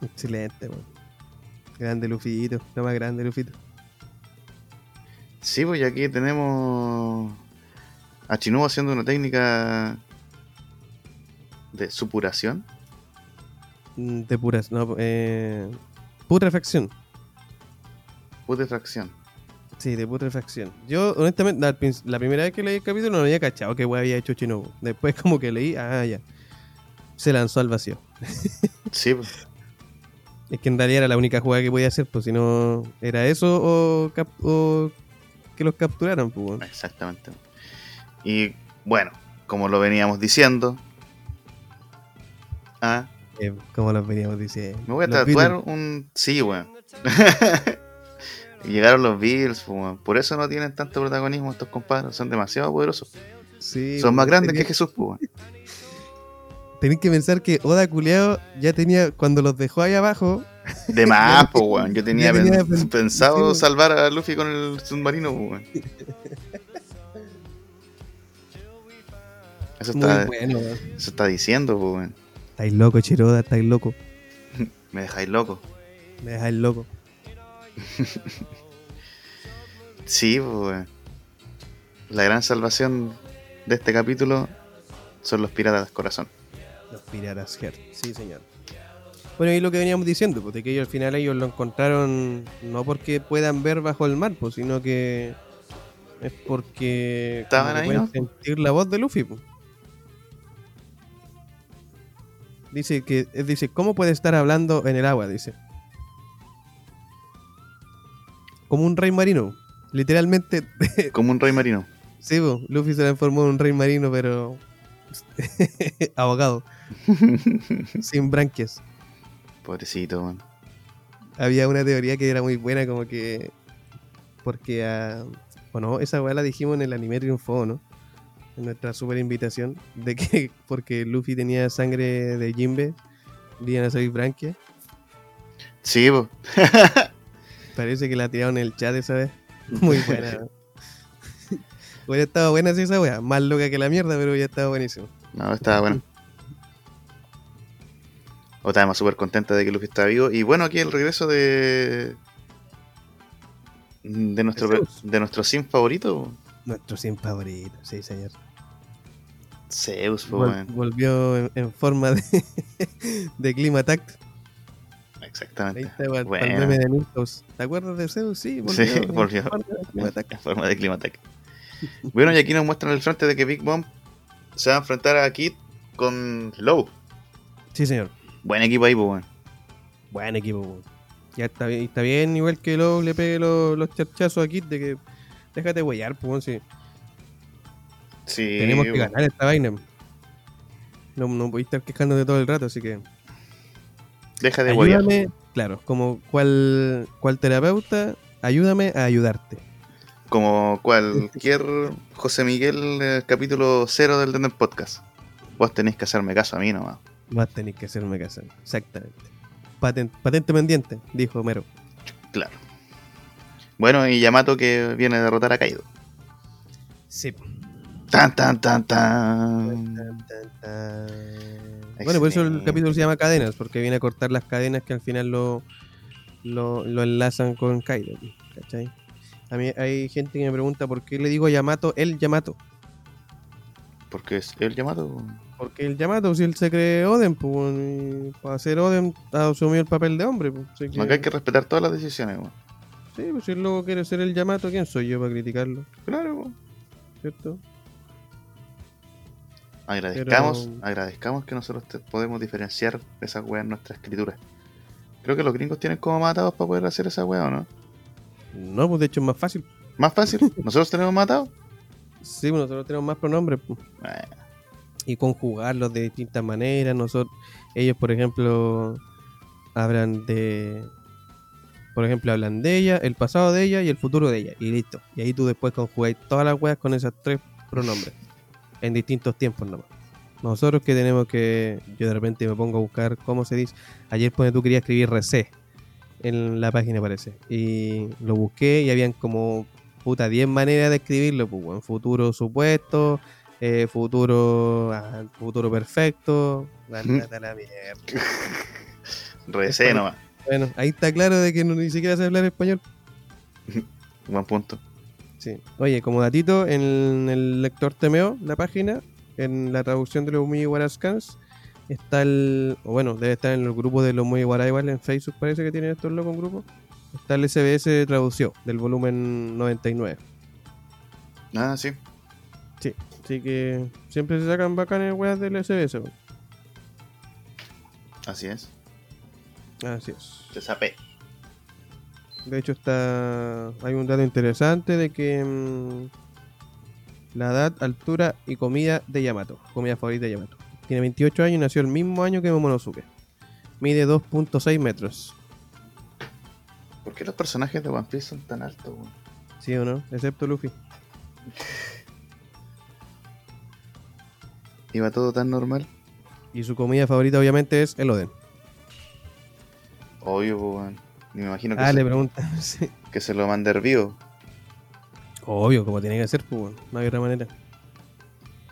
Speaker 1: Excelente, weón. Grande Lufito, lo más grande Lufito.
Speaker 2: Sí, pues, y aquí tenemos. A Chinubo haciendo una técnica. de supuración.
Speaker 1: Mm, De puras, no, eh. Putrefacción.
Speaker 2: Putrefacción.
Speaker 1: Sí, de putrefacción. Yo, honestamente, la, prin- la primera vez que leí el capítulo no había cachado que weón había hecho Chinobu. Después, como que leí, ah, ya. Se lanzó al vacío.
Speaker 2: Sí, pues.
Speaker 1: Es que en realidad era la única jugada que podía hacer, pues si no era eso o, cap- o que los capturaran, pues. weón.
Speaker 2: Exactamente. Y bueno, como lo veníamos diciendo. Ah,
Speaker 1: Eh, como los veníamos diciendo.
Speaker 2: me voy a
Speaker 1: Los
Speaker 2: tatuar
Speaker 1: Beatles.
Speaker 2: un. Sí, weón. Llegaron los Bills, weón. Por eso no tienen tanto protagonismo estos compadres. Son demasiado poderosos.
Speaker 1: Sí,
Speaker 2: Son más
Speaker 1: weón.
Speaker 2: grandes que
Speaker 1: Tenía-
Speaker 2: Jesús, pues, weón.
Speaker 1: Tenéis que pensar que Oda Culeado ya tenía, cuando los dejó ahí abajo,
Speaker 2: De más, pues, weón. Yo tenía,
Speaker 1: Ya tenía
Speaker 2: pen-
Speaker 1: pen- sí,
Speaker 2: pensado
Speaker 1: weón.
Speaker 2: salvar a Luffy con el submarino, pues, weón. Eso
Speaker 1: muy
Speaker 2: está,
Speaker 1: bueno, weón.
Speaker 2: eso está diciendo, pues, weón.
Speaker 1: Estáis loco, Chiroda, estáis loco.
Speaker 2: Me dejáis loco.
Speaker 1: Me dejáis loco.
Speaker 2: Sí, pues, weón. La gran salvación de este capítulo son los piratas corazón.
Speaker 1: Los piratas Heart, sí señor. Bueno, y lo que veníamos diciendo, pues de que ellos al final ellos lo encontraron no porque puedan ver bajo el mar, pues, sino que es porque
Speaker 2: Estaban
Speaker 1: como que
Speaker 2: ahí,
Speaker 1: pueden
Speaker 2: ¿no?
Speaker 1: sentir la voz de Luffy. pues. Dice que eh, dice, ¿cómo puede estar hablando en el agua? Dice. Como un rey marino. Literalmente,
Speaker 2: Como un rey marino.
Speaker 1: sí, pues, Luffy se transformó en un rey marino, pero ahogado, sin branquias.
Speaker 2: Pobrecito, weón.
Speaker 1: había una teoría que era muy buena, como que. Porque a. O no, esa weá la dijimos en el anime triunfó, ¿no? En nuestra super invitación. De que porque Luffy tenía sangre de Jimbe, le iban a salir branquias.
Speaker 2: Sí, pues.
Speaker 1: Parece que la tiraron en el chat esa vez. Muy buena. ¿no? Hubiera estado buena sí, esa weá. Más loca que la mierda, pero ya estaba buenísimo.
Speaker 2: No, estaba bueno. O estábamos súper contenta de que Luffy está vivo. Y bueno, aquí el regreso de. de nuestro,
Speaker 1: Jesús.
Speaker 2: de nuestro sim favorito, pues.
Speaker 1: Nuestro sin favorito, sí, señor.
Speaker 2: Zeus, po,
Speaker 1: Vol-
Speaker 2: weón.
Speaker 1: volvió en, en forma de, de Climatact. Ahí
Speaker 2: Exactamente.
Speaker 1: está, para
Speaker 2: Bueno.
Speaker 1: meme de Milhouse. ¿Te acuerdas de Zeus? Sí, volvió.
Speaker 2: Sí,
Speaker 1: en
Speaker 2: volvió.
Speaker 1: forma de Climatact.
Speaker 2: En forma de Climatec. Bueno, y aquí nos muestran el frente de que Big Bomb se va a enfrentar a Kid con Low.
Speaker 1: Sí, señor.
Speaker 2: Buen equipo ahí, pues, weón.
Speaker 1: Buen equipo, weón. Ya está bien, está bien, igual que luego le pegue los, los charchazos aquí, de que déjate huellar, pues, weón, si
Speaker 2: Sí,
Speaker 1: tenemos que
Speaker 2: weón.
Speaker 1: ganar esta vaina. No, no podéis estar quejándote todo el rato, así que
Speaker 2: Deja de guayar.
Speaker 1: ayúdame, claro, como cual, cual terapeuta, ayúdame a ayudarte.
Speaker 2: Como cualquier José Miguel eh, capítulo cero del Denden Podcast. Vos tenés que hacerme caso a mí nomás.
Speaker 1: Vas a tener que hacerme caso, exactamente. Paten- patente pendiente, dijo Homero.
Speaker 2: Claro. Bueno, y Yamato que viene a derrotar a Kaido.
Speaker 1: Sí.
Speaker 2: Tan, tan, tan, tan.
Speaker 1: Bueno, por eso el
Speaker 2: Excelente.
Speaker 1: capítulo se llama Cadenas, porque viene a cortar las cadenas que al final lo, lo, lo enlazan con Kaido. ¿cachai? A mí hay gente que me pregunta por qué le digo Yamato el Yamato.
Speaker 2: Porque es el Yamato.
Speaker 1: Porque el Yamato, si él se cree Oden, pues, bueno, y para ser Oden asumió el papel de hombre. Pues, así que-
Speaker 2: Acá hay que respetar todas las decisiones, weón.
Speaker 1: Sí, pues si el loco quiere ser el Yamato, ¿quién soy yo para criticarlo?
Speaker 2: Claro, weón.
Speaker 1: ¿Cierto?
Speaker 2: Agradezcamos,
Speaker 1: Pero-
Speaker 2: agradezcamos que nosotros te- podemos diferenciar esas weas en nuestra escritura. Creo que los gringos tienen como matados para poder hacer esa wea, ¿o no?
Speaker 1: No, pues de hecho es más fácil.
Speaker 2: Más fácil. ¿Nosotros tenemos matados?
Speaker 1: Sí, pues, nosotros tenemos más pronombres. pues.
Speaker 2: Eh,
Speaker 1: y conjugarlos de distintas maneras. Nosotros, ellos, por ejemplo, hablan de. Por ejemplo, hablan de ella, el pasado de ella y el futuro de ella. Y listo. Y ahí tú después conjugáis todas las weas con esos tres pronombres. En distintos tiempos nomás. Nosotros que tenemos que. Yo de repente me pongo a buscar cómo se dice. Ayer pues, tú querías escribir RC. En la página parece. Y lo busqué y habían como. Puta, 10 maneras de escribirlo. Pues, en futuro supuesto. eh, futuro. ah, futuro perfecto. Ándate a la mierda.
Speaker 2: Recé
Speaker 1: para-
Speaker 2: nomás.
Speaker 1: Bueno, ahí está claro de que no- ni siquiera sabe hablar español.
Speaker 2: Buen punto.
Speaker 1: Sí. Oye, como datito, en el lector Temeo, la página, en la traducción de los muy Guarascans, está el. O bueno, debe estar en el grupo de los muy Guará igual en Facebook, parece que tienen estos locos un grupo. Está el SBS tradució, del volumen 99.
Speaker 2: Ah, sí.
Speaker 1: Así que siempre se sacan bacanes weas del SBS. weón.
Speaker 2: Así es.
Speaker 1: Así es.
Speaker 2: Te sapé.
Speaker 1: De hecho, está hay un dato interesante de que mm, la edad, altura y comida de Yamato, comida favorita de Yamato. Tiene 28 años y nació el mismo año que Momonosuke. Mide 2.6 metros.
Speaker 2: ¿Por qué los personajes de One Piece son tan altos, weón?
Speaker 1: ¿Sí o no? Excepto Luffy.
Speaker 2: Iba todo tan normal.
Speaker 1: Y su comida favorita obviamente es el Oden.
Speaker 2: Obvio, po, weón. Y me imagino que,
Speaker 1: Ah,
Speaker 2: se,
Speaker 1: le preguntan. sí.
Speaker 2: que se lo manda hervido.
Speaker 1: Obvio, como tiene que ser, pues, bueno, no hay otra manera.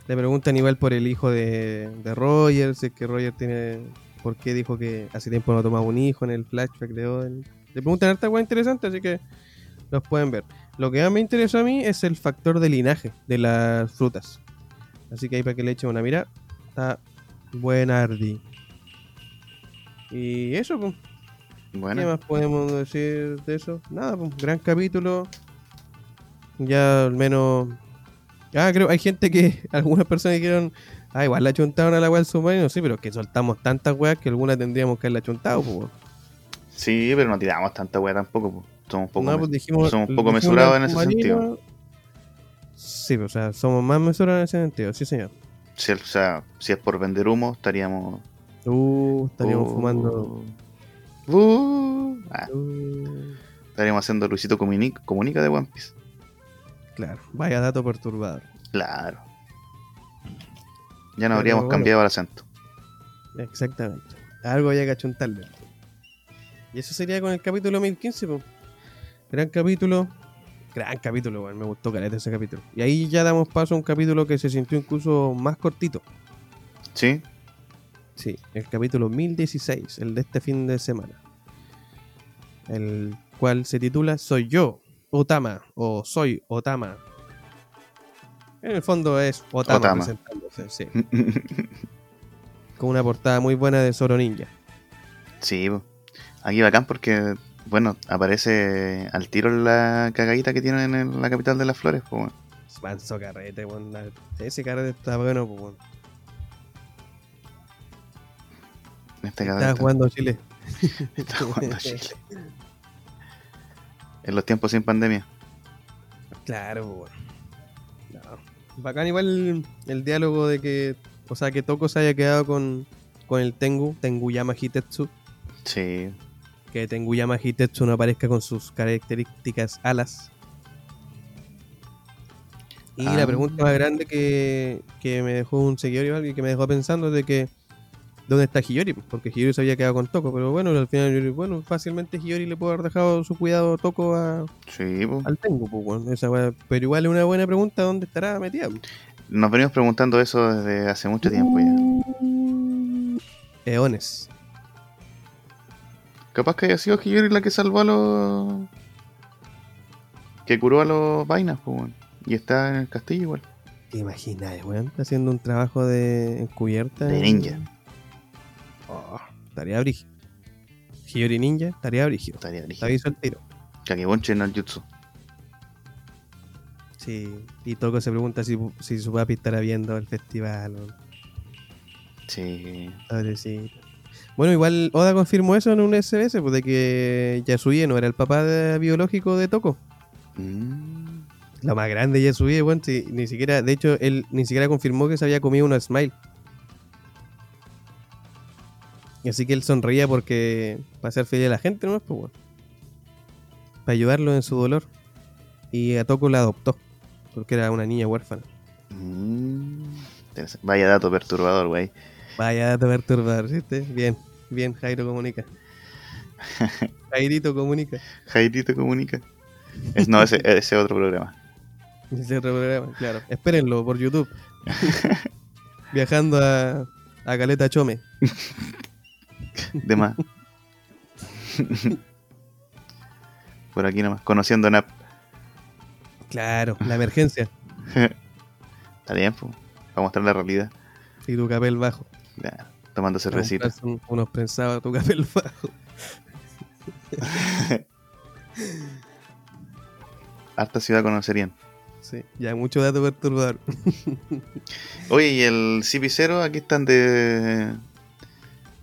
Speaker 1: Le preguntan igual por el hijo de, de Roger, si es que Roger tiene. ¿Por qué dijo que hace tiempo no tomaba un hijo en el flashback de Oden? Le preguntan harta cosas interesante, así que los pueden ver. Lo que más me interesó a mí es el factor de linaje de las frutas. Así que ahí para que le echen una mirada, está buenardi. Y eso, pues. ¿Qué
Speaker 2: Bueno,
Speaker 1: más podemos decir de eso? Nada, pues, gran capítulo. Ya al menos. Ah, creo hay gente que. Algunas personas dijeron. Ah, igual la chuntaron a la weá del submarino. Sí, pero que soltamos tantas weas que alguna tendríamos que haberla chuntado, pues. weón.
Speaker 2: sí, pero no tiramos tanta wea tampoco, po. Somos poco.
Speaker 1: No,
Speaker 2: mes-
Speaker 1: pues dijimos.
Speaker 2: somos poco
Speaker 1: dijimos
Speaker 2: mesurados en ese
Speaker 1: submarino.
Speaker 2: sentido.
Speaker 1: Sí, pues, o sea, somos más mesurados en ese sentido, sí, señor.
Speaker 2: si, o sea, si es por vender humo, estaríamos.
Speaker 1: Uh, estaríamos
Speaker 2: Oh.
Speaker 1: fumando.
Speaker 2: Uh, uh, ah,
Speaker 1: Uh,
Speaker 2: estaríamos haciendo Luisito Comuni- comunica de One Piece.
Speaker 1: claro, vaya dato perturbador.
Speaker 2: Claro. Ya
Speaker 1: Pero
Speaker 2: no habríamos
Speaker 1: bueno.
Speaker 2: cambiado el acento.
Speaker 1: Exactamente. Algo había que achuntarle. Y eso sería con el capítulo 1015, po. Gran capítulo. Gran capítulo, weón. Me gustó caleta ese capítulo. Y ahí ya damos paso a un capítulo que se sintió incluso más cortito.
Speaker 2: ¿Sí?
Speaker 1: Sí, el capítulo 1016, el de este fin de semana. El cual se titula Soy yo, Otama o soy Otama. En el fondo es Otama,
Speaker 2: Otama.
Speaker 1: presentándose, sí. Con una portada muy buena de Zoro Ninja.
Speaker 2: Sí, po. aquí bacán porque, bueno, aparece al tiro la cagadita que tienen en la capital de las flores. po, weón.
Speaker 1: Manso carrete, weón. la- Ese carrete está bueno, pues, weón.
Speaker 2: En este caso,
Speaker 1: Está jugando Chile.
Speaker 2: está jugando Chile. En los tiempos sin pandemia.
Speaker 1: Claro, pues, weón. No. Bacán igual el, el diálogo de que, o sea, que Toko se haya quedado con, con el Tengu, Tenguyama Hitetsu.
Speaker 2: Sí,
Speaker 1: Que Tenguyama Hitetsu no aparezca con sus características alas. Y
Speaker 2: Ah.
Speaker 1: la pregunta más grande que, que me dejó un seguidor igual y que me dejó pensando es de que ¿dónde está Hiyori? Porque Hiyori se había quedado con Toko, pero bueno, al final yo- bueno, fácilmente Hiyori le puede haber dejado su cuidado Toko a,
Speaker 2: sí, po.
Speaker 1: al Tengu, pues, weón, esa weá. pero igual es una buena pregunta dónde estará metida. po?
Speaker 2: Nos venimos preguntando eso desde hace mucho tiempo ya.
Speaker 1: Eones.
Speaker 2: Capaz que haya sido Hiyori la que salvó a los. que curó a los vainas, pues, weón. Y está en el castillo igual.
Speaker 1: ¿Te imaginas, weón? Está haciendo un trabajo de encubierta.
Speaker 2: De ninja.
Speaker 1: Oh, tarea brígida. Hiyori Ninja, tarea brígida.
Speaker 2: Estaría
Speaker 1: Te
Speaker 2: brígido.
Speaker 1: aviso el tiro.
Speaker 2: Kakebonche no jutsu.
Speaker 1: Sí, y Toko se pregunta si, si su papi estará viendo el festival. o-
Speaker 2: Sí.
Speaker 1: Pobrecito. Bueno, igual Oda confirmó eso en un SBS, pues de que Yasuye no era el papá de- biológico de Toko.
Speaker 2: Mm.
Speaker 1: Lo más grande Yasuye, weón, si ni siquiera, de hecho, él ni siquiera confirmó que se había comido una Smile. Y Así que él sonreía porque para ser fiel a la gente nomás, pues, weón. Para ayudarlo en su dolor. Y a Toko la adoptó, porque era una niña huérfana.
Speaker 2: Mm. Interesante. Vaya dato perturbador, güey.
Speaker 1: Vaya dato perturbador, ¿viste? Bien, bien, Jairo comunica. Jairito comunica.
Speaker 2: Jairito comunica. Es, no, ese es otro programa.
Speaker 1: Ese otro programa, claro. Espérenlo por YouTube. Viajando a, a Caleta Chome.
Speaker 2: De más. Por aquí nomás. Conociendo a Nap.
Speaker 1: Claro, la emergencia.
Speaker 2: Está bien, po. Para mostrar la realidad.
Speaker 1: Y tu capel bajo.
Speaker 2: Ya, tomando
Speaker 1: Para
Speaker 2: cervecita.
Speaker 1: comprarse un- unos prensados a tu capel bajo.
Speaker 2: Harta ciudad conocerían.
Speaker 1: Sí, ya mucho dato perturbador.
Speaker 2: Oye, y el CP0, aquí están de.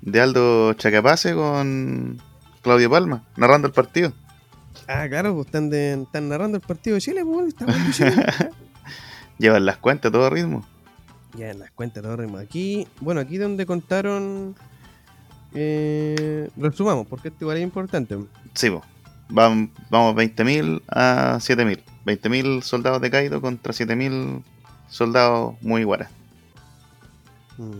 Speaker 2: De Aldo Chacapase con Claudio Palma, narrando el partido.
Speaker 1: Ah, claro, pues están, de- están narrando el partido de Chile, pues, bueno, está jugando Chile.
Speaker 2: Llevan las cuentas a todo ritmo.
Speaker 1: Ya en las cuentas todo ritmo. Aquí, bueno, aquí donde contaron. Eh, resumamos, porque esto igual es importante.
Speaker 2: Sí, po. Van- vamos 20.000 a 7.000. 20.000 soldados de Kaido contra 7.000 soldados muy guaras.
Speaker 1: Mm,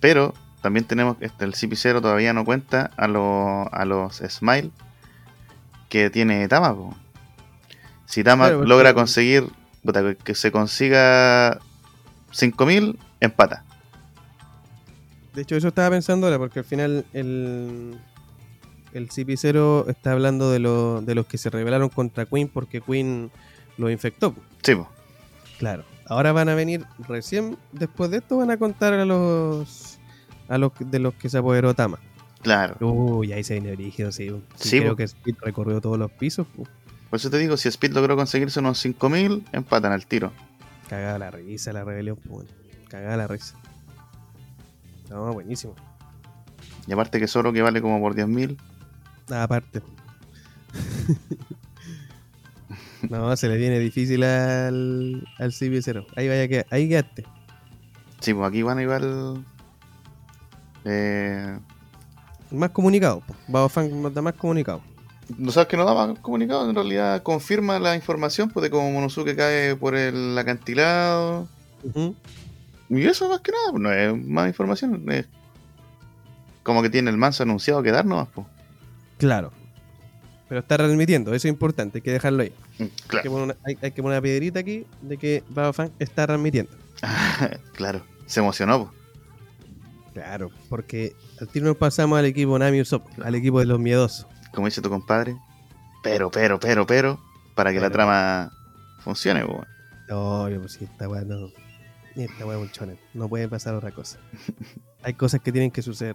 Speaker 2: Pero también tenemos que este, el CP0 todavía no cuenta a, lo- a los Smile que tiene Tama. po. Si Tama
Speaker 1: Claro, porque-
Speaker 2: logra conseguir puta, que- que se consiga 5.000, empata.
Speaker 1: De hecho, eso estaba pensando ahora, porque al final el. El CP0 está hablando de, lo- de los que se rebelaron contra Queen porque Queen los infectó. pues.
Speaker 2: Sí, po.
Speaker 1: Claro. Ahora van a venir recién después de esto van a contar a los a los de los que se apoderó Tama.
Speaker 2: claro.
Speaker 1: Uy, ahí se viene brígido, sí. Sí,
Speaker 2: Sí,
Speaker 1: creo
Speaker 2: po.
Speaker 1: que Speed recorrió todos los pisos, pu.
Speaker 2: Por eso te digo, si Speed logró conseguirse unos 5.000, empatan al tiro.
Speaker 1: Cagada la risa la rebelión, pu, bueno. Cagada la risa. No, buenísimo.
Speaker 2: Y aparte que Zoro que vale como por 10.000.
Speaker 1: Ah, aparte. no, se le viene difícil al al CB0. Ahí vaya que ahí quedaste.
Speaker 2: Sí, pues aquí van a igual. Eh,
Speaker 1: Más comunicado, pues. Baofan nos da más comunicado.
Speaker 2: no sabes que no daba comunicado, en realidad confirma la información pues, de cómo Monosuke cae por el acantilado.
Speaker 1: Ujú.
Speaker 2: Y eso más que nada, pues, no es más información. es como que tiene el manso anunciado que dar nomás, pues.
Speaker 1: Claro. Pero está transmitiendo, eso es importante, hay que dejarlo ahí. Hay que
Speaker 2: Claro,
Speaker 1: poner una, hay- hay que poner una piedrita aquí de que Babafan está transmitiendo.
Speaker 2: claro. Se emocionó, pues.
Speaker 1: Claro, porque al tiro nos pasamos al equipo Nami Usopp, al equipo de los miedosos.
Speaker 2: Como dice tu compadre, pero, pero, pero, pero, para que la
Speaker 1: Pero.
Speaker 2: trama funcione, po, weón.
Speaker 1: No, yo pues sí, esta weá no. ni Esta weá es un shonen. No puede pasar otra cosa. Hay cosas que tienen que suceder.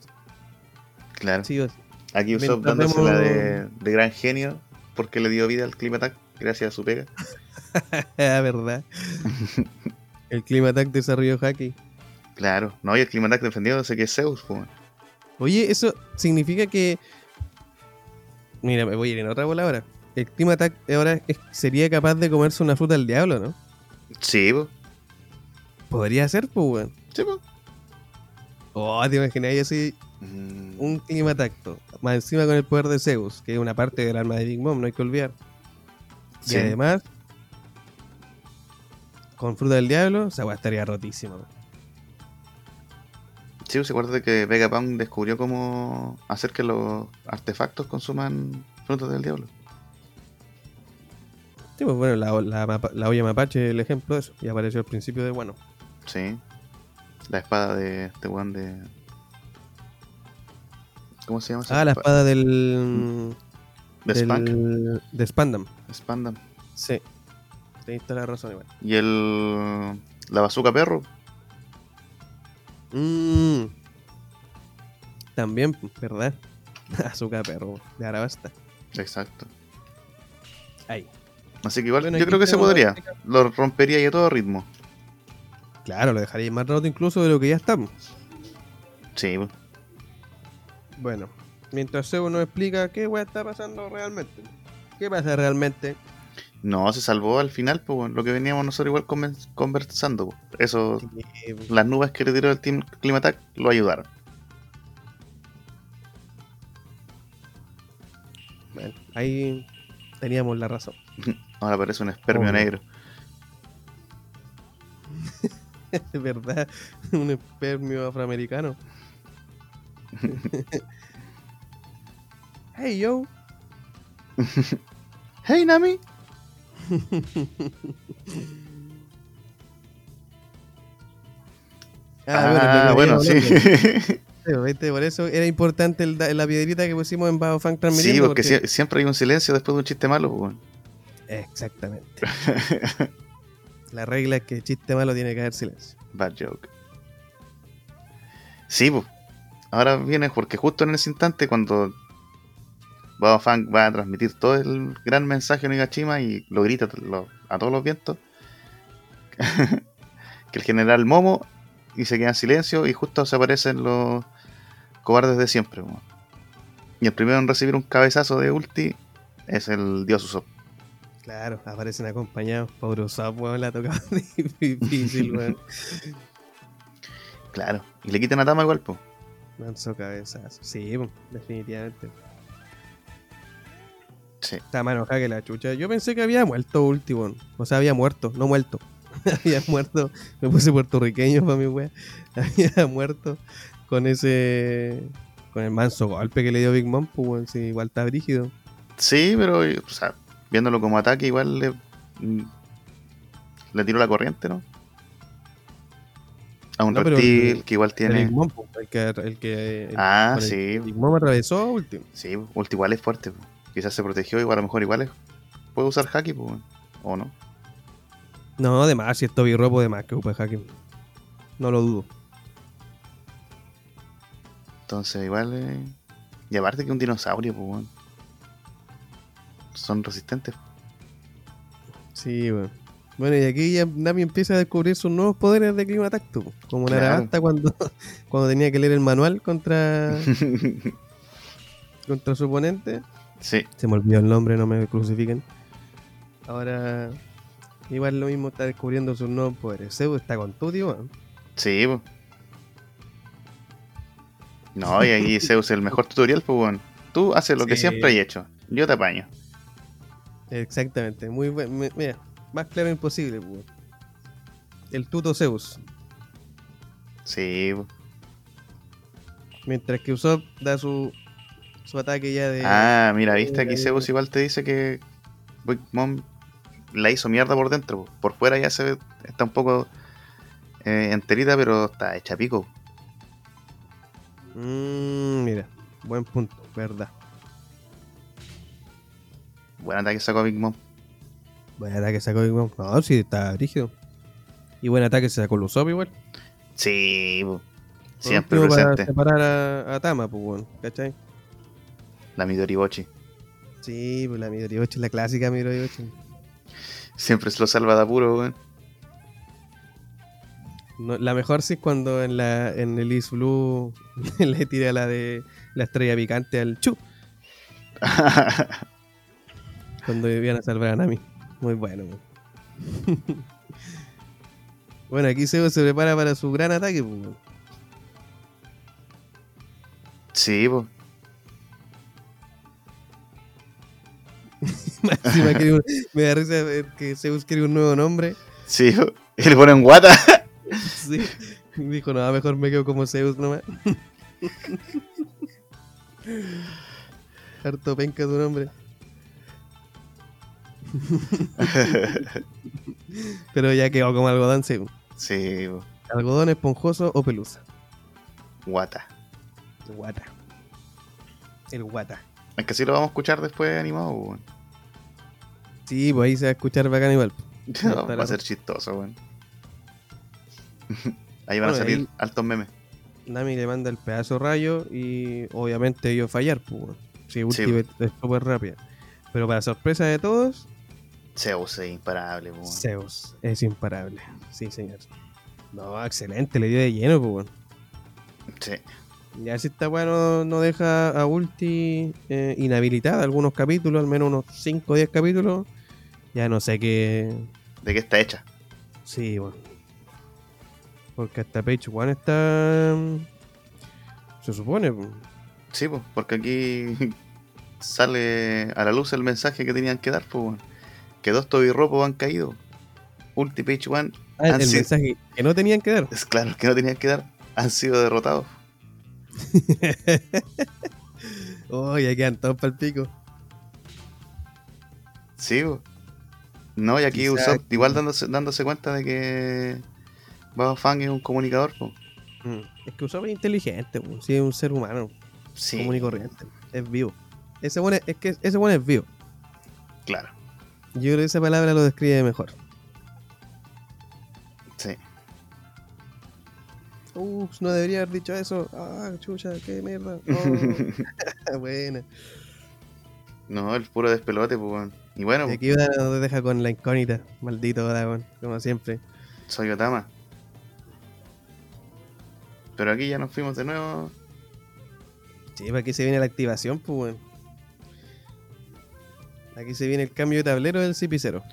Speaker 2: Claro.
Speaker 1: Sí o sí.
Speaker 2: Aquí Usopp
Speaker 1: Mientras
Speaker 2: dándose la
Speaker 1: vemos-
Speaker 2: de, de gran genio porque le dio vida al Clima Attack gracias a su pega.
Speaker 1: Ah, verdad. El clima Attack desarrolló Haki.
Speaker 2: Claro. No, y el Clima Attack defendiéndose que es Zeus, po, weón.
Speaker 1: Oye, eso significa que. Mira, me voy a ir en otra bola ahora. El clima Attack ahora es- sería capaz de comerse una fruta al diablo, ¿no?
Speaker 2: Sí, po.
Speaker 1: Podría ser, pues, weón.
Speaker 2: Sí, po.
Speaker 1: Oh, te imaginas yo así,
Speaker 2: Mm,
Speaker 1: un clima tacto. Más encima con el poder de Zeus, que es una parte del alma de Big Mom, no hay que olvidar.
Speaker 2: sí.
Speaker 1: Y además, con fruta del diablo, esa weá estaría rotísima. weón.
Speaker 2: Sí, pues, se acuerda de que Vegapunk descubrió cómo hacer que los artefactos consuman frutas del diablo.
Speaker 1: Sí, pues bueno, la, la mapa- la olla mapache es el ejemplo de eso. Y apareció al principio de, bueno,
Speaker 2: Sí. La espada de este weón de. ¿Cómo se llama? esa
Speaker 1: ah, la
Speaker 2: espa-
Speaker 1: espada
Speaker 2: Mm.
Speaker 1: del...
Speaker 2: De
Speaker 1: del-
Speaker 2: Spank.
Speaker 1: de Spandam.
Speaker 2: Spandam.
Speaker 1: Sí. Tenéis toda la razón, igual.
Speaker 2: Y el. La bazooka perro.
Speaker 1: Mm. También, ¿verdad? Azúcar perro, de ahora basta.
Speaker 2: Exacto.
Speaker 1: Ahí.
Speaker 2: Así que igual
Speaker 1: Bueno,
Speaker 2: yo
Speaker 1: aquí
Speaker 2: creo que se
Speaker 1: tenemos-
Speaker 2: podría. Lo rompería y a todo ritmo.
Speaker 1: Claro, lo dejaría más roto incluso de lo que ya estamos.
Speaker 2: Sí, bu-
Speaker 1: Bueno, mientras Sebo nos explica qué weá está pasando realmente. ¿Qué pasa realmente?
Speaker 2: no, se salvó al final, pues bueno, lo que veníamos nosotros igual conven- conversando. pues. Eso,
Speaker 1: Eh,
Speaker 2: las nubes que le tiró el Team Climatac lo ayudaron.
Speaker 1: bueno, ahí teníamos la razón.
Speaker 2: Ahora parece un espermio
Speaker 1: Obvio.
Speaker 2: negro.
Speaker 1: De verdad, un espermio afroamericano. hey, yo.
Speaker 2: ¡Hey, Nami! Ah, bueno, sí.
Speaker 1: ¿Viste? Por eso era importante el da- la piedrita que pusimos en Bajo Funk
Speaker 2: sí,
Speaker 1: transmitiendo.
Speaker 2: porque sie- siempre hay un silencio después de un chiste malo, pues bueno.
Speaker 1: Exactamente. la regla es que chiste malo tiene que haber silencio.
Speaker 2: Bad joke. Sí, pues. Ahora viene porque justo en ese instante cuando Baba Fang va a transmitir todo el gran mensaje en Onigashima y lo grita a lo- a todos los vientos. que el general Momo y se queda en silencio y justo se aparecen los cobardes de siempre. weón. Y el primero en recibir un cabezazo de ulti es el dios Usopp.
Speaker 1: Claro, aparecen acompañados. Pobre Usopp, weón, la tocaba difícil, weón.
Speaker 2: Claro. Y le quitan a Tama igual, pues.
Speaker 1: Lanzó cabezas. Sí, po, definitivamente.
Speaker 2: Sí.
Speaker 1: Está más enojada que la chucha. Yo pensé que había muerto último. O sea, había muerto, no muerto. había muerto. Me puse puertorriqueño para mi wea. había muerto con ese. Con el manso golpe que le dio Big Mom, pues, weón. Sí, igual está brígido.
Speaker 2: Sí, pero o sea, viéndolo como ataque, igual le, mm, le tiró la corriente, ¿no? A un
Speaker 1: No, pero
Speaker 2: reptil
Speaker 1: el-
Speaker 2: que igual
Speaker 1: El Big
Speaker 2: tiene.
Speaker 1: Mom, po, el que. El que el-
Speaker 2: Ah,
Speaker 1: con el-
Speaker 2: sí,
Speaker 1: Big Mom atravesó a último.
Speaker 2: sí, ulti igual es fuerte. po. Quizás se protegió, igual a lo mejor igual es. Puede usar haki, po, weón. o no.
Speaker 1: No, de más, si es Toby Ropo, de más que Upe Hacking. No lo dudo.
Speaker 2: Entonces, igual. eh, Y aparte que un dinosaurio, pues, Son resistentes.
Speaker 1: Sí, bueno. Bueno, y aquí ya Nami empieza a descubrir sus nuevos poderes de clima tacto. po. Como
Speaker 2: Claro.
Speaker 1: Narabasta cuando, cuando tenía que leer el manual contra, contra su oponente.
Speaker 2: sí,
Speaker 1: Se me olvidó el nombre, no me crucifiquen. Ahora, igual lo mismo está descubriendo sus nuevos poderes. Zeus está con tu tío.
Speaker 2: sí, po. No, y ahí Zeus, el mejor tutorial, pues, Tú haces lo que
Speaker 1: Sí.
Speaker 2: siempre he hecho. Yo te apaño.
Speaker 1: Exactamente, muy bueno. Mi- Mira, más claro imposible. po. El tuto Zeus.
Speaker 2: Sí, po.
Speaker 1: Mientras que Usopp da su, su ataque ya de...
Speaker 2: ah, mira,
Speaker 1: eh,
Speaker 2: viste, aquí Zeus igual te dice que Big Mom la hizo mierda por dentro. po. Por fuera ya se ve, está un poco eh, enterita, pero está hecha pico.
Speaker 1: Mm, mira, buen punto, verdad.
Speaker 2: Buen ataque sacó Big Mom.
Speaker 1: Buen ataque sacó Big Mom. No, sí, está rígido. Y buen ataque se sacó Lusop igual.
Speaker 2: Sí, po.
Speaker 1: Por
Speaker 2: siempre
Speaker 1: último,
Speaker 2: presente.
Speaker 1: Para separar a, a Tama, pues, weón. ¿Cachai?
Speaker 2: La Midori Bochi.
Speaker 1: Sí, pues la Midori 8, la clásica Midori 8.
Speaker 2: Siempre se lo salva de apuro, weón.
Speaker 1: No, la mejor sí es cuando en la en el East Blue le tira la de la estrella picante al Chu. Cuando vivían a salvar a Nami. Muy bueno. weón. bueno, aquí Seo se prepara para su gran ataque. pues, weón.
Speaker 2: sí, po.
Speaker 1: Más encima quiere un- me da risa ver que Zeus quiere un nuevo nombre.
Speaker 2: Sí, po. Y le ponen guata.
Speaker 1: Sí. Dijo, no, mejor me quedo como Zeus nomás. Harto penca tu nombre. Pero ya quedó como algodón, sí.
Speaker 2: sí, po.
Speaker 1: Algodón esponjoso o pelusa.
Speaker 2: Guata.
Speaker 1: Guata. El guata.
Speaker 2: Es que sí lo vamos a escuchar después animado, po, weón.
Speaker 1: Sí, pues ahí se va a escuchar bacán igual. pues.
Speaker 2: Va a ser chistoso, weón. Ahí van
Speaker 1: Bueno,
Speaker 2: a salir
Speaker 1: ahí-
Speaker 2: altos memes.
Speaker 1: Nami le manda el pedazo rayo y obviamente ellos fallar, pues. weón. Sí, Ultimate es súper rápida. Pero para sorpresa de todos,
Speaker 2: Zeus es imparable, po, weón.
Speaker 1: Zeus es imparable. Sí, señor. No, excelente, le dio de lleno, pues. weón.
Speaker 2: Sí.
Speaker 1: Ya si esta weá no, no deja a Ulti eh, inhabilitada algunos capítulos, al menos unos 5 o 10 capítulos, ya no sé qué.
Speaker 2: ¿De qué está hecha?
Speaker 1: Sí, bueno. Porque hasta Page One está. mm, Se supone, pues.
Speaker 2: Sí, pues, porque aquí sale a la luz el mensaje que tenían que dar, pues, weón. Que dos Tobirropo han caído. Ulti Page One,
Speaker 1: Ah,
Speaker 2: Ah,
Speaker 1: el
Speaker 2: sí.
Speaker 1: mensaje que no tenían que dar.
Speaker 2: es claro, que no tenían que dar, han sido derrotados.
Speaker 1: Oh, ya quedan todos para el pico.
Speaker 2: Sí, pues. No, y aquí
Speaker 1: Quizá
Speaker 2: Usopp,
Speaker 1: aquí-
Speaker 2: igual dándose, dándose cuenta de que Bao Fang es un comunicador, pues.
Speaker 1: Es que Usopp es inteligente, pues. Sí, es un ser humano
Speaker 2: Sí,
Speaker 1: común y corriente. Es vivo. Ese bueno es, es que ese bueno es vivo.
Speaker 2: claro.
Speaker 1: Yo creo que esa palabra lo describe mejor.
Speaker 2: Sí.
Speaker 1: Ups, no debería haber dicho eso. Ah, chucha, qué mierda. Oh, buena.
Speaker 2: No, el puro despelote, pues, weón. Y bueno,
Speaker 1: Y
Speaker 2: pues,
Speaker 1: aquí Oda nos deja con la incógnita. Maldito dragón, como siempre.
Speaker 2: soy Otama. Pero aquí ya nos fuimos de nuevo.
Speaker 1: Sí, pues aquí se viene la activación, pues bueno. Aquí se viene el cambio de tablero del CP0.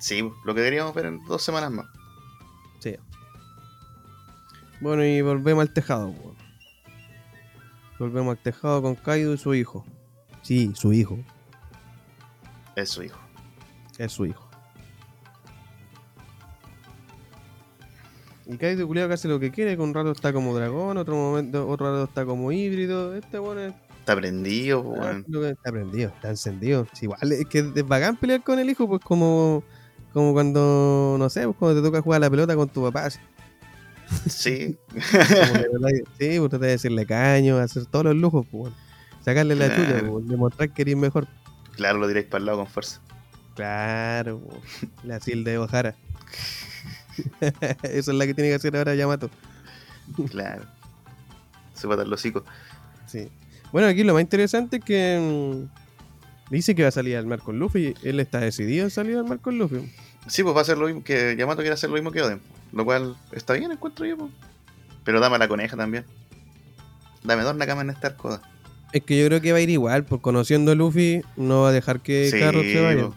Speaker 2: Sí, pues, lo que queríamos ver en dos semanas más.
Speaker 1: Bueno, y volvemos al tejado, pues. Volvemos al tejado con Kaido y su hijo. Sí, su hijo.
Speaker 2: Es su hijo.
Speaker 1: Es su hijo. Y Kaido culiao que hace lo que quiere, que un rato está como dragón, otro momento, otro rato está como híbrido. Este bueno es
Speaker 2: Está prendido, pues, weón.
Speaker 1: lo que está aprendido, está encendido. Sí, igual es que es bacán pelear con el hijo, pues como, como cuando, no sé, pues cuando te toca jugar a la pelota con tu papá. así,
Speaker 2: Sí,
Speaker 1: como que verdad que- sí, pues tratar de decirle caño, hacer todos los lujos, pues bueno. Sacarle la chucha,
Speaker 2: Claro.
Speaker 1: pues, demostrar que eres mejor.
Speaker 2: claro, lo diréis para el lado con fuerza.
Speaker 1: Claro, po. la Silde de Ojara. Esa es la que tiene que hacer ahora Yamato.
Speaker 2: Claro. Se va a dar los hocico.
Speaker 1: Sí. Bueno, aquí lo más interesante es que mm, dice que va a salir al mar con Luffy. Él está decidido en salir al mar con Luffy.
Speaker 2: Sí, pues va a ser lo mismo que Yamato quiere hacer lo mismo que Oden. Lo cual está bien, encuentro yo, pues. Pero dame a la coneja también. Dame dos Nakamas en esta arcoda.
Speaker 1: Es que yo creo que va a ir igual, por conociendo a Luffy, no va a dejar Eh, que
Speaker 2: Sí, pues.
Speaker 1: Carrot se vaya.
Speaker 2: po.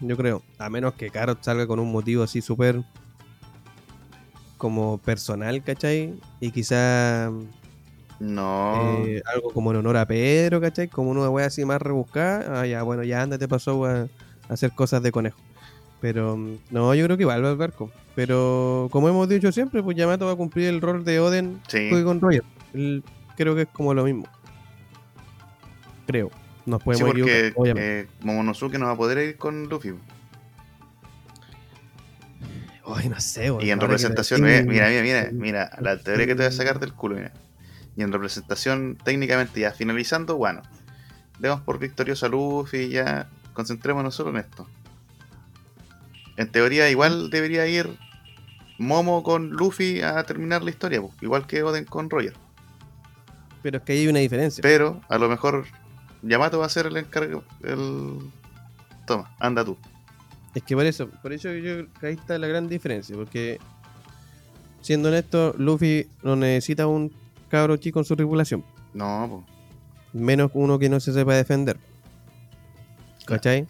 Speaker 1: Yo creo. A menos que Carrot salga con un motivo así súper como personal, ¿cachai? Y quizá
Speaker 2: No.
Speaker 1: Eh, algo como en honor a Pedro, ¿cachai? Como una wea así más rebuscada. Ah, ya, bueno, ya ándate pasó a, a hacer cosas de conejo. Pero mm, no, yo creo que va al barco. Pero como hemos dicho siempre, pues Yamato va a cumplir el rol de Oden
Speaker 2: sí.
Speaker 1: con Roger. El- creo que es como lo mismo. Creo. Nos
Speaker 2: Sí,
Speaker 1: podemos
Speaker 2: porque
Speaker 1: equivocar, obviamente.
Speaker 2: eh, Momonosuke no va a poder ir con Luffy. po.
Speaker 1: Ay, Pues no sé, weón.
Speaker 2: Y en
Speaker 1: Ahora que
Speaker 2: representación,
Speaker 1: lo
Speaker 2: mira,
Speaker 1: decís,
Speaker 2: mira, mira, mira, la teoría que te voy a sacar del culo, mira. Y en representación, técnicamente ya finalizando, bueno, demos por victorioso a Luffy, ya concentrémonos solo en esto. En teoría, igual debería ir Momo con Luffy a terminar la historia, po, igual que Oden con Roger.
Speaker 1: Pero es que ahí hay una diferencia.
Speaker 2: Pero a lo mejor Yamato va a ser el encargo. El... Toma, anda tú.
Speaker 1: Es que por eso, por eso yo que ahí está la gran diferencia, porque siendo honesto, Luffy no necesita un cabro chico en su tripulación,
Speaker 2: No, po.
Speaker 1: menos uno que no se sepa defender. ¿Cachai?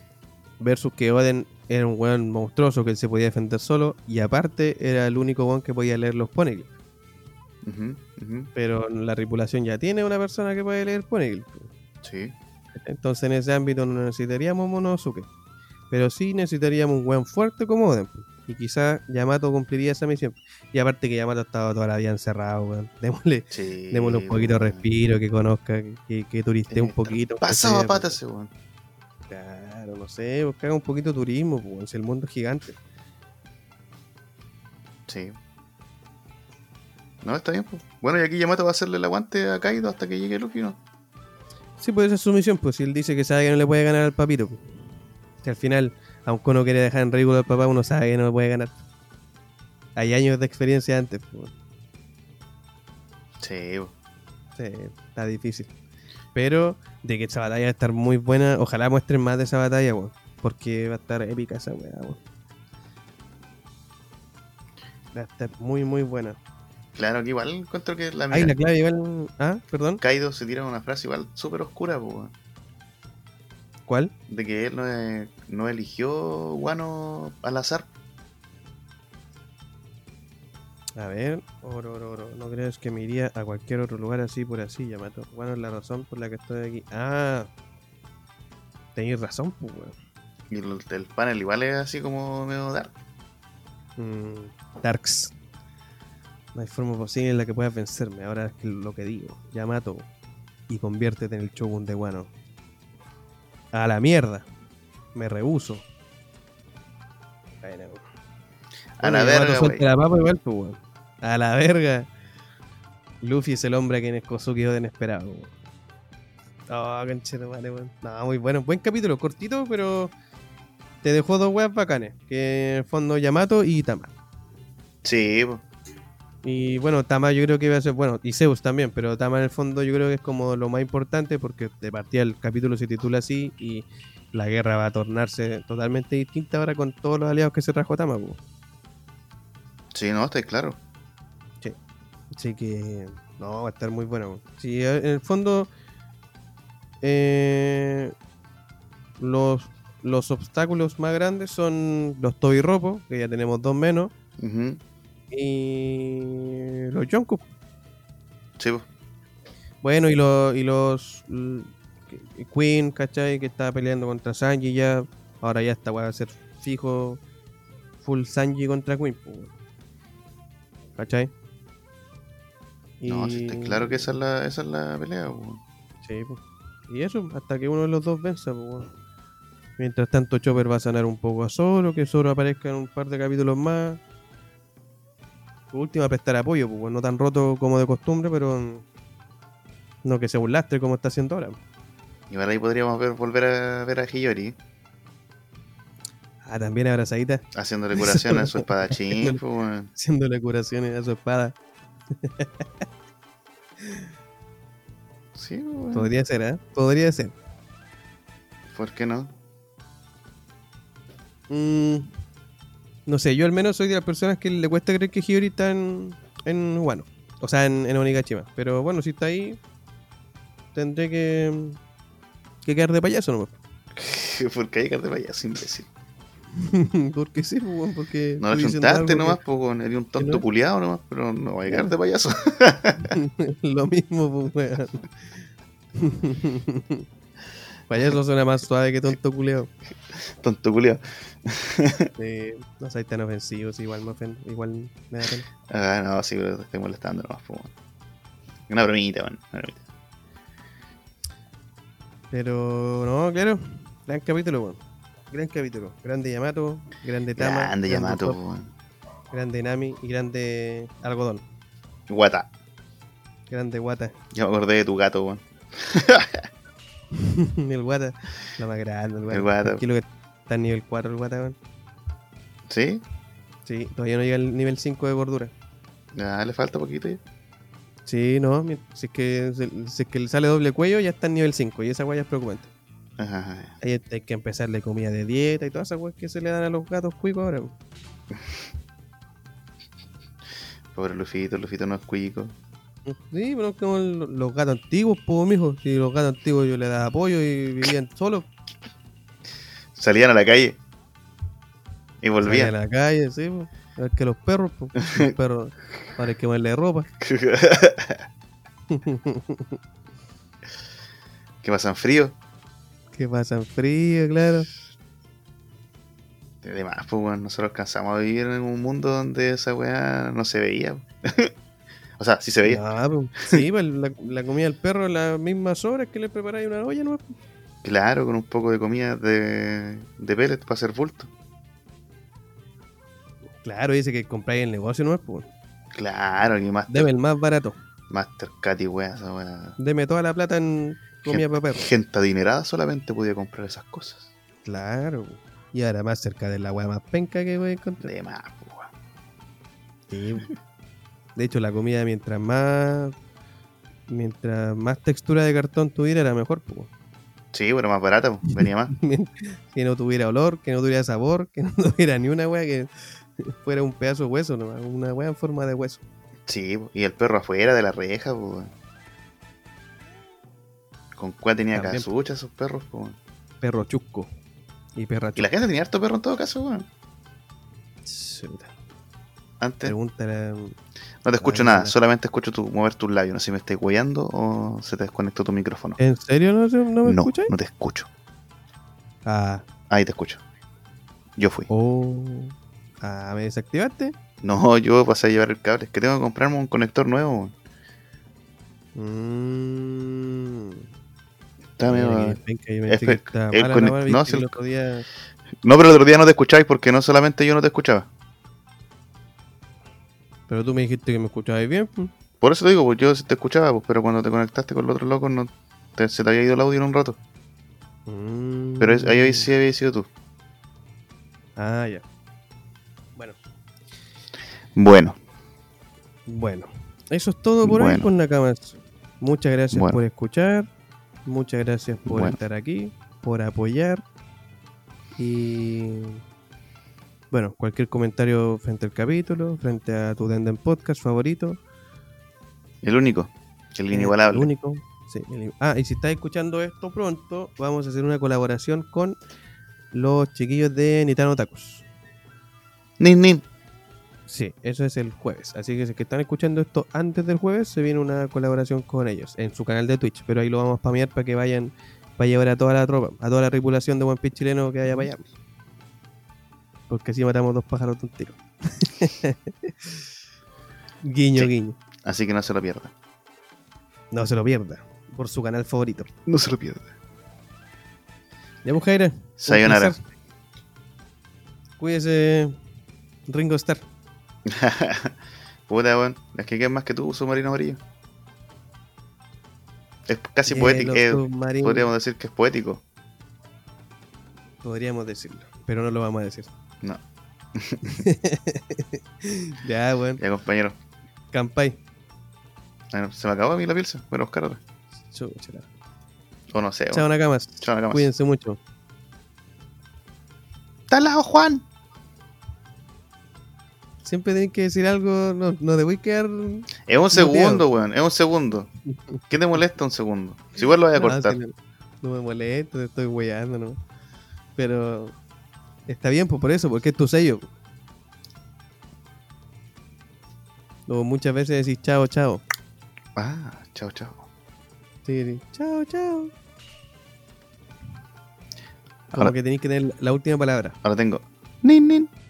Speaker 1: Versus que Oden era un weón monstruoso que se podía defender solo y aparte era el único weón que podía leer los poneglyphs.
Speaker 2: Ujú, ujú,
Speaker 1: Pero la tripulación ya tiene una persona que puede leer poneglyphs.
Speaker 2: Sí.
Speaker 1: Entonces en ese ámbito no necesitaríamos Monosuke. Pero sí necesitaríamos un buen fuerte como Oden. Y quizás Yamato cumpliría esa misión. Y aparte que Yamato estaba toda la vida encerrado, weón. Démosle,
Speaker 2: Sí.
Speaker 1: démosle un poquito de
Speaker 2: weón.
Speaker 1: respiro, que conozca, que, que turiste un
Speaker 2: Eh,
Speaker 1: poquito.
Speaker 2: Pasado a
Speaker 1: ¿cachai?
Speaker 2: patas, ese weón.
Speaker 1: pues. Claro, no sé, buscar un poquito de turismo, pues, weón, si el mundo es gigante.
Speaker 2: Sí. No, está bien, po. Bueno, y aquí Yamato va a hacerle el aguante a Kaido hasta que llegue Luffy, ¿no?
Speaker 1: Sí, pues esa es su misión, pues si él dice que sabe que no le puede ganar al papito. pues. Que al final, aunque uno quiere dejar en ridículo al papá, uno sabe que no le puede ganar. Hay años de experiencia antes, pues. weón.
Speaker 2: Sí, pues. po.
Speaker 1: Sí, está difícil. Pero de que esta batalla va a estar muy buena, ojalá muestren más de esa batalla, weón. Porque va a estar épica esa weá, weón. Va a estar muy, muy buena.
Speaker 2: Claro que igual encuentro que la,
Speaker 1: Ay, la clave igual. Ah, perdón.
Speaker 2: Kaido se tira una frase igual súper oscura, po, weón.
Speaker 1: ¿Cuál?
Speaker 2: de que él no, eh, no eligió Guano al azar.
Speaker 1: A ver. Oro, oro, oro. No crees que me iría a cualquier otro lugar así por así, Yamato. ¿Cuál es la razón por la que estoy aquí? Ah. Tenéis razón, pues, weón.
Speaker 2: Y el, el panel igual es así como medio dark.
Speaker 1: Mm, Darks. No hay forma posible en la que puedas vencerme. Ahora es que lo que digo. Yamato. Y conviértete en el Shogun de Wano. A la mierda. Me rehuso. Bueno,
Speaker 2: A
Speaker 1: bueno, Yamato
Speaker 2: la verga,
Speaker 1: suelta
Speaker 2: güey.
Speaker 1: la papa igual, pues, weón. A la verga. Luffy es el hombre a quien Kozuki Oden esperaba, weón. Oh, conchetumare, weón. No, muy bueno. Buen capítulo, cortito, pero te dejó dos weas bacanes. Que en el fondo Yamato y Tama.
Speaker 2: Sí, pues. po.
Speaker 1: Y bueno, Tama yo creo que iba a ser, bueno, y Zeus también, pero Tama en el fondo yo creo que es como lo más importante porque de partida el capítulo se titula así y la guerra va a tornarse totalmente distinta ahora con todos los aliados que se trajo Tama. po.
Speaker 2: sí, no, está claro.
Speaker 1: Así que, no, va a estar muy bueno. po. Sí, en el fondo, eh, los, los obstáculos más grandes son los Tobirropo, que ya tenemos dos menos,
Speaker 2: Ujú.
Speaker 1: y los Yonku.
Speaker 2: Sí, pues. po.
Speaker 1: Bueno, y, lo- y los l- que- Queen, ¿cachai? Que estaba peleando contra Sanji ya. Ahora ya está, va a ser fijo. Full Sanji contra Queen. po, weón. ¿Cachai?
Speaker 2: No, sí, está claro que esa es la, esa es la pelea, pues, po.
Speaker 1: Sí, po. Y eso, hasta que uno de los dos venza, po, weón. Mientras tanto, Chopper va a sanar un poco a Zoro, que Zoro aparezca en un par de capítulos más. Por último, a prestar apoyo, pues no tan roto como de costumbre, pero mm, no que se burlaste como está haciendo ahora. po.
Speaker 2: Igual ahí podríamos ver, volver a ver a Hiyori
Speaker 1: Ah, también abrazadita,
Speaker 2: haciéndole curación a su espadachín, po, weón.
Speaker 1: haciéndole curaciones a su espada.
Speaker 2: Sí, po, weón.
Speaker 1: Podría ser, ¿eh? Podría ser.
Speaker 2: ¿Por qué no?
Speaker 1: Mm, no sé, yo al menos soy de las personas que le cuesta creer que Hiyori está en, en Wano. O sea, en, en Onigashima. Pero bueno, si está ahí, tendré que, que quedar de payaso nomás.
Speaker 2: Porque hay carta de payaso, imbécil.
Speaker 1: porque sí, pues, weón, porque.
Speaker 2: No la
Speaker 1: estoy diciendo
Speaker 2: chuntaste
Speaker 1: algo
Speaker 2: nomás, po, weón. Eres un tonto
Speaker 1: no?
Speaker 2: culiado nomás, pero no hay carta de payaso.
Speaker 1: que- Lo mismo, pues, weón. Payaso suena más suave que tonto culeo.
Speaker 2: tonto culiado.
Speaker 1: Eh, no soy tan ofensivo, sí, igual me ofende, igual me da pena.
Speaker 2: Ah, no, sí, pero te estoy molestando nomás, po, weón. Una bromita, weón. una bromita.
Speaker 1: Pero no, claro. Gran capítulo, weón. Gran capítulo. Grande Yamato, grande Tama.
Speaker 2: Grande Yamato,
Speaker 1: Usopp,
Speaker 2: po, weón.
Speaker 1: grande Nami y grande Algodón.
Speaker 2: Guata.
Speaker 1: Grande Wata.
Speaker 2: Ya me acordé de tu gato, weón.
Speaker 1: el guata. La más grande, el guata.
Speaker 2: El guata.
Speaker 1: Tranquilo que está en nivel 4 el guata, weón.
Speaker 2: ¿Sí?
Speaker 1: Sí, todavía no llega al nivel 5 de gordura.
Speaker 2: Ya le falta poquito ya.
Speaker 1: Sí, no, mi- si es que, se- si es que le sale doble cuello, ya está en nivel 5 y esa weá ya es preocupante.
Speaker 2: Ajá, ajá, ya.
Speaker 1: Ahí hay que empezarle comida de dieta y todas esas weas que se le dan a los gatos cuicos ahora. weón.
Speaker 2: Pobre Lufito, Lufito no es cuico.
Speaker 1: Sí, pero es como lo- los gatos antiguos, pues, mijo. Si los gatos antiguos yo le daba apoyo y vivían solos.
Speaker 2: Salían a la calle. Y
Speaker 1: Salían
Speaker 2: volvían.
Speaker 1: a la calle, sí, pues. Igual que los perros, pues. Los perros, para hay que ponerle ropa.
Speaker 2: que pasan frío.
Speaker 1: que pasan frío, claro.
Speaker 2: Además, pues bueno, nosotros alcanzamos a vivir en un mundo donde esa weá no se veía. o sea, sí se veía.
Speaker 1: Ah, pues, sí, pues, la, la comida del perro, las mismas sobras que le preparáis una olla, ¿no?
Speaker 2: Claro, con un poco de comida de, de pellet para hacer bulto.
Speaker 1: Claro, dice que compráis el negocio, ¿no? Pues,
Speaker 2: Claro, y más
Speaker 1: deme el más barato.
Speaker 2: Master Cat y weá, esa weá.
Speaker 1: Deme toda la plata en comida para perros.
Speaker 2: Gente adinerada solamente podía comprar esas cosas.
Speaker 1: Claro. Y ahora más cerca de la weá más penca que voy a encontrar.
Speaker 2: De más, pues weón.
Speaker 1: Sí. De hecho, la comida mientras más mientras más textura de cartón tuviera era mejor, po.
Speaker 2: Sí, bueno, más barata, pues, venía más.
Speaker 1: que no tuviera olor, que no tuviera sabor, que no tuviera ni una weá que fuera un pedazo de hueso, nomás, una weá en forma de hueso.
Speaker 2: Sí, po, y el perro afuera de la reja, pues weón. ¿Con cuál tenía
Speaker 1: También.
Speaker 2: casucha esos perros, pues weón?
Speaker 1: Perro chusco y perra
Speaker 2: Y la gente tenía harto perro en todo caso, weón.
Speaker 1: chusca.
Speaker 2: Antes.
Speaker 1: Pregúntale a-
Speaker 2: No te escucho
Speaker 1: Bueno,
Speaker 2: nada,
Speaker 1: la-
Speaker 2: solamente escucho tu, mover tus labios. No sé si me estás guayando o se te desconectó tu micrófono.
Speaker 1: ¿En serio no, se- ¿Eh, no me
Speaker 2: no,
Speaker 1: escucháis?
Speaker 2: no te escucho.
Speaker 1: Ah,
Speaker 2: Ahí te escucho. Yo fui.
Speaker 1: oh. Ah, ¿me desactivaste?
Speaker 2: No, yo pasé a llevar el cable. Es que tengo que comprarme un conector nuevo. weón.
Speaker 1: Mmm.
Speaker 2: Está medio-
Speaker 1: Eh.
Speaker 2: Espe- el conect- no,
Speaker 1: No,
Speaker 2: si el-
Speaker 1: el otro día.
Speaker 2: No, pero el otro día no te escucháis porque no solamente yo no te escuchaba.
Speaker 1: Pero tú me dijiste que me escuchabas bien. pues.
Speaker 2: Por eso te digo, pues yo sí te escuchaba, pues, pero cuando te conectaste con los otros locos no, te- se te había ido el audio en un rato.
Speaker 1: Mm.
Speaker 2: Pero es- ahí sí había sido tú.
Speaker 1: Ah, ya. Bueno,
Speaker 2: Bueno,
Speaker 1: bueno. Eso es todo por hoy
Speaker 2: Bueno.
Speaker 1: con Nakamas. Muchas gracias
Speaker 2: Bueno.
Speaker 1: por escuchar. Muchas gracias por
Speaker 2: Bueno.
Speaker 1: estar aquí, por apoyar. Y. Bueno, cualquier comentario frente al capítulo, frente a tu Denden Podcast favorito.
Speaker 2: el único,
Speaker 1: Eh,
Speaker 2: el
Speaker 1: El
Speaker 2: inigualable.
Speaker 1: único. Sí, el- ah, y si estás escuchando esto pronto, vamos a hacer una colaboración con los chiquillos de Nitano Tacos.
Speaker 2: Nin, nin.
Speaker 1: Sí, eso es el jueves. Así que si es que están escuchando esto antes del jueves, se viene una colaboración con ellos en su canal de Twitch. Pero ahí lo vamos a spamear para que vayan para llevar a toda la tropa, a toda la tripulación de One Piece chileno que haya para allá. Porque así matamos dos pájaros de un tiro. guiño,
Speaker 2: Sí.
Speaker 1: guiño.
Speaker 2: Así que no se lo pierda.
Speaker 1: No se lo pierda. Por su canal favorito.
Speaker 2: No se lo pierda.
Speaker 1: Ya, pues, Jaira, un
Speaker 2: Sayonara.
Speaker 1: placer. Cuídese, Ringo Starr.
Speaker 2: Puta, weón. Es que ¿qué es más que tú, submarino amarillo? Es casi
Speaker 1: Eh,
Speaker 2: poético.
Speaker 1: los
Speaker 2: eh,
Speaker 1: submarinos,
Speaker 2: podríamos decir que es poético.
Speaker 1: podríamos decirlo, pero no lo vamos a decir.
Speaker 2: No.
Speaker 1: ya, bueno.
Speaker 2: Ya, compañero.
Speaker 1: Campai.
Speaker 2: Bueno, Se me acabó a mí la pilsa. Voy a buscar otra.
Speaker 1: Chúchala.
Speaker 2: O no sé.
Speaker 1: Chao, Nakamas.
Speaker 2: Chao, Nakamas.
Speaker 1: Cuídense mucho.
Speaker 2: ¡Está al lado, Juan!
Speaker 1: Siempre tienen que decir algo, no, no debo quedar.
Speaker 2: Es un
Speaker 1: Muteado.
Speaker 2: segundo, weón. Es un segundo. ¿Qué te molesta un segundo? Si igual lo voy a
Speaker 1: No,
Speaker 2: cortar.
Speaker 1: si no, no me molesto, te estoy weyando, ¿no? Pero está bien pues, por eso, porque es tu sello. O muchas veces decís chao, chao.
Speaker 2: Ah, chao, chao.
Speaker 1: Sí, sí. Chao, chao. Como
Speaker 2: Ahora-
Speaker 1: que tenéis que tener la última palabra.
Speaker 2: Ahora tengo. Nin, nin.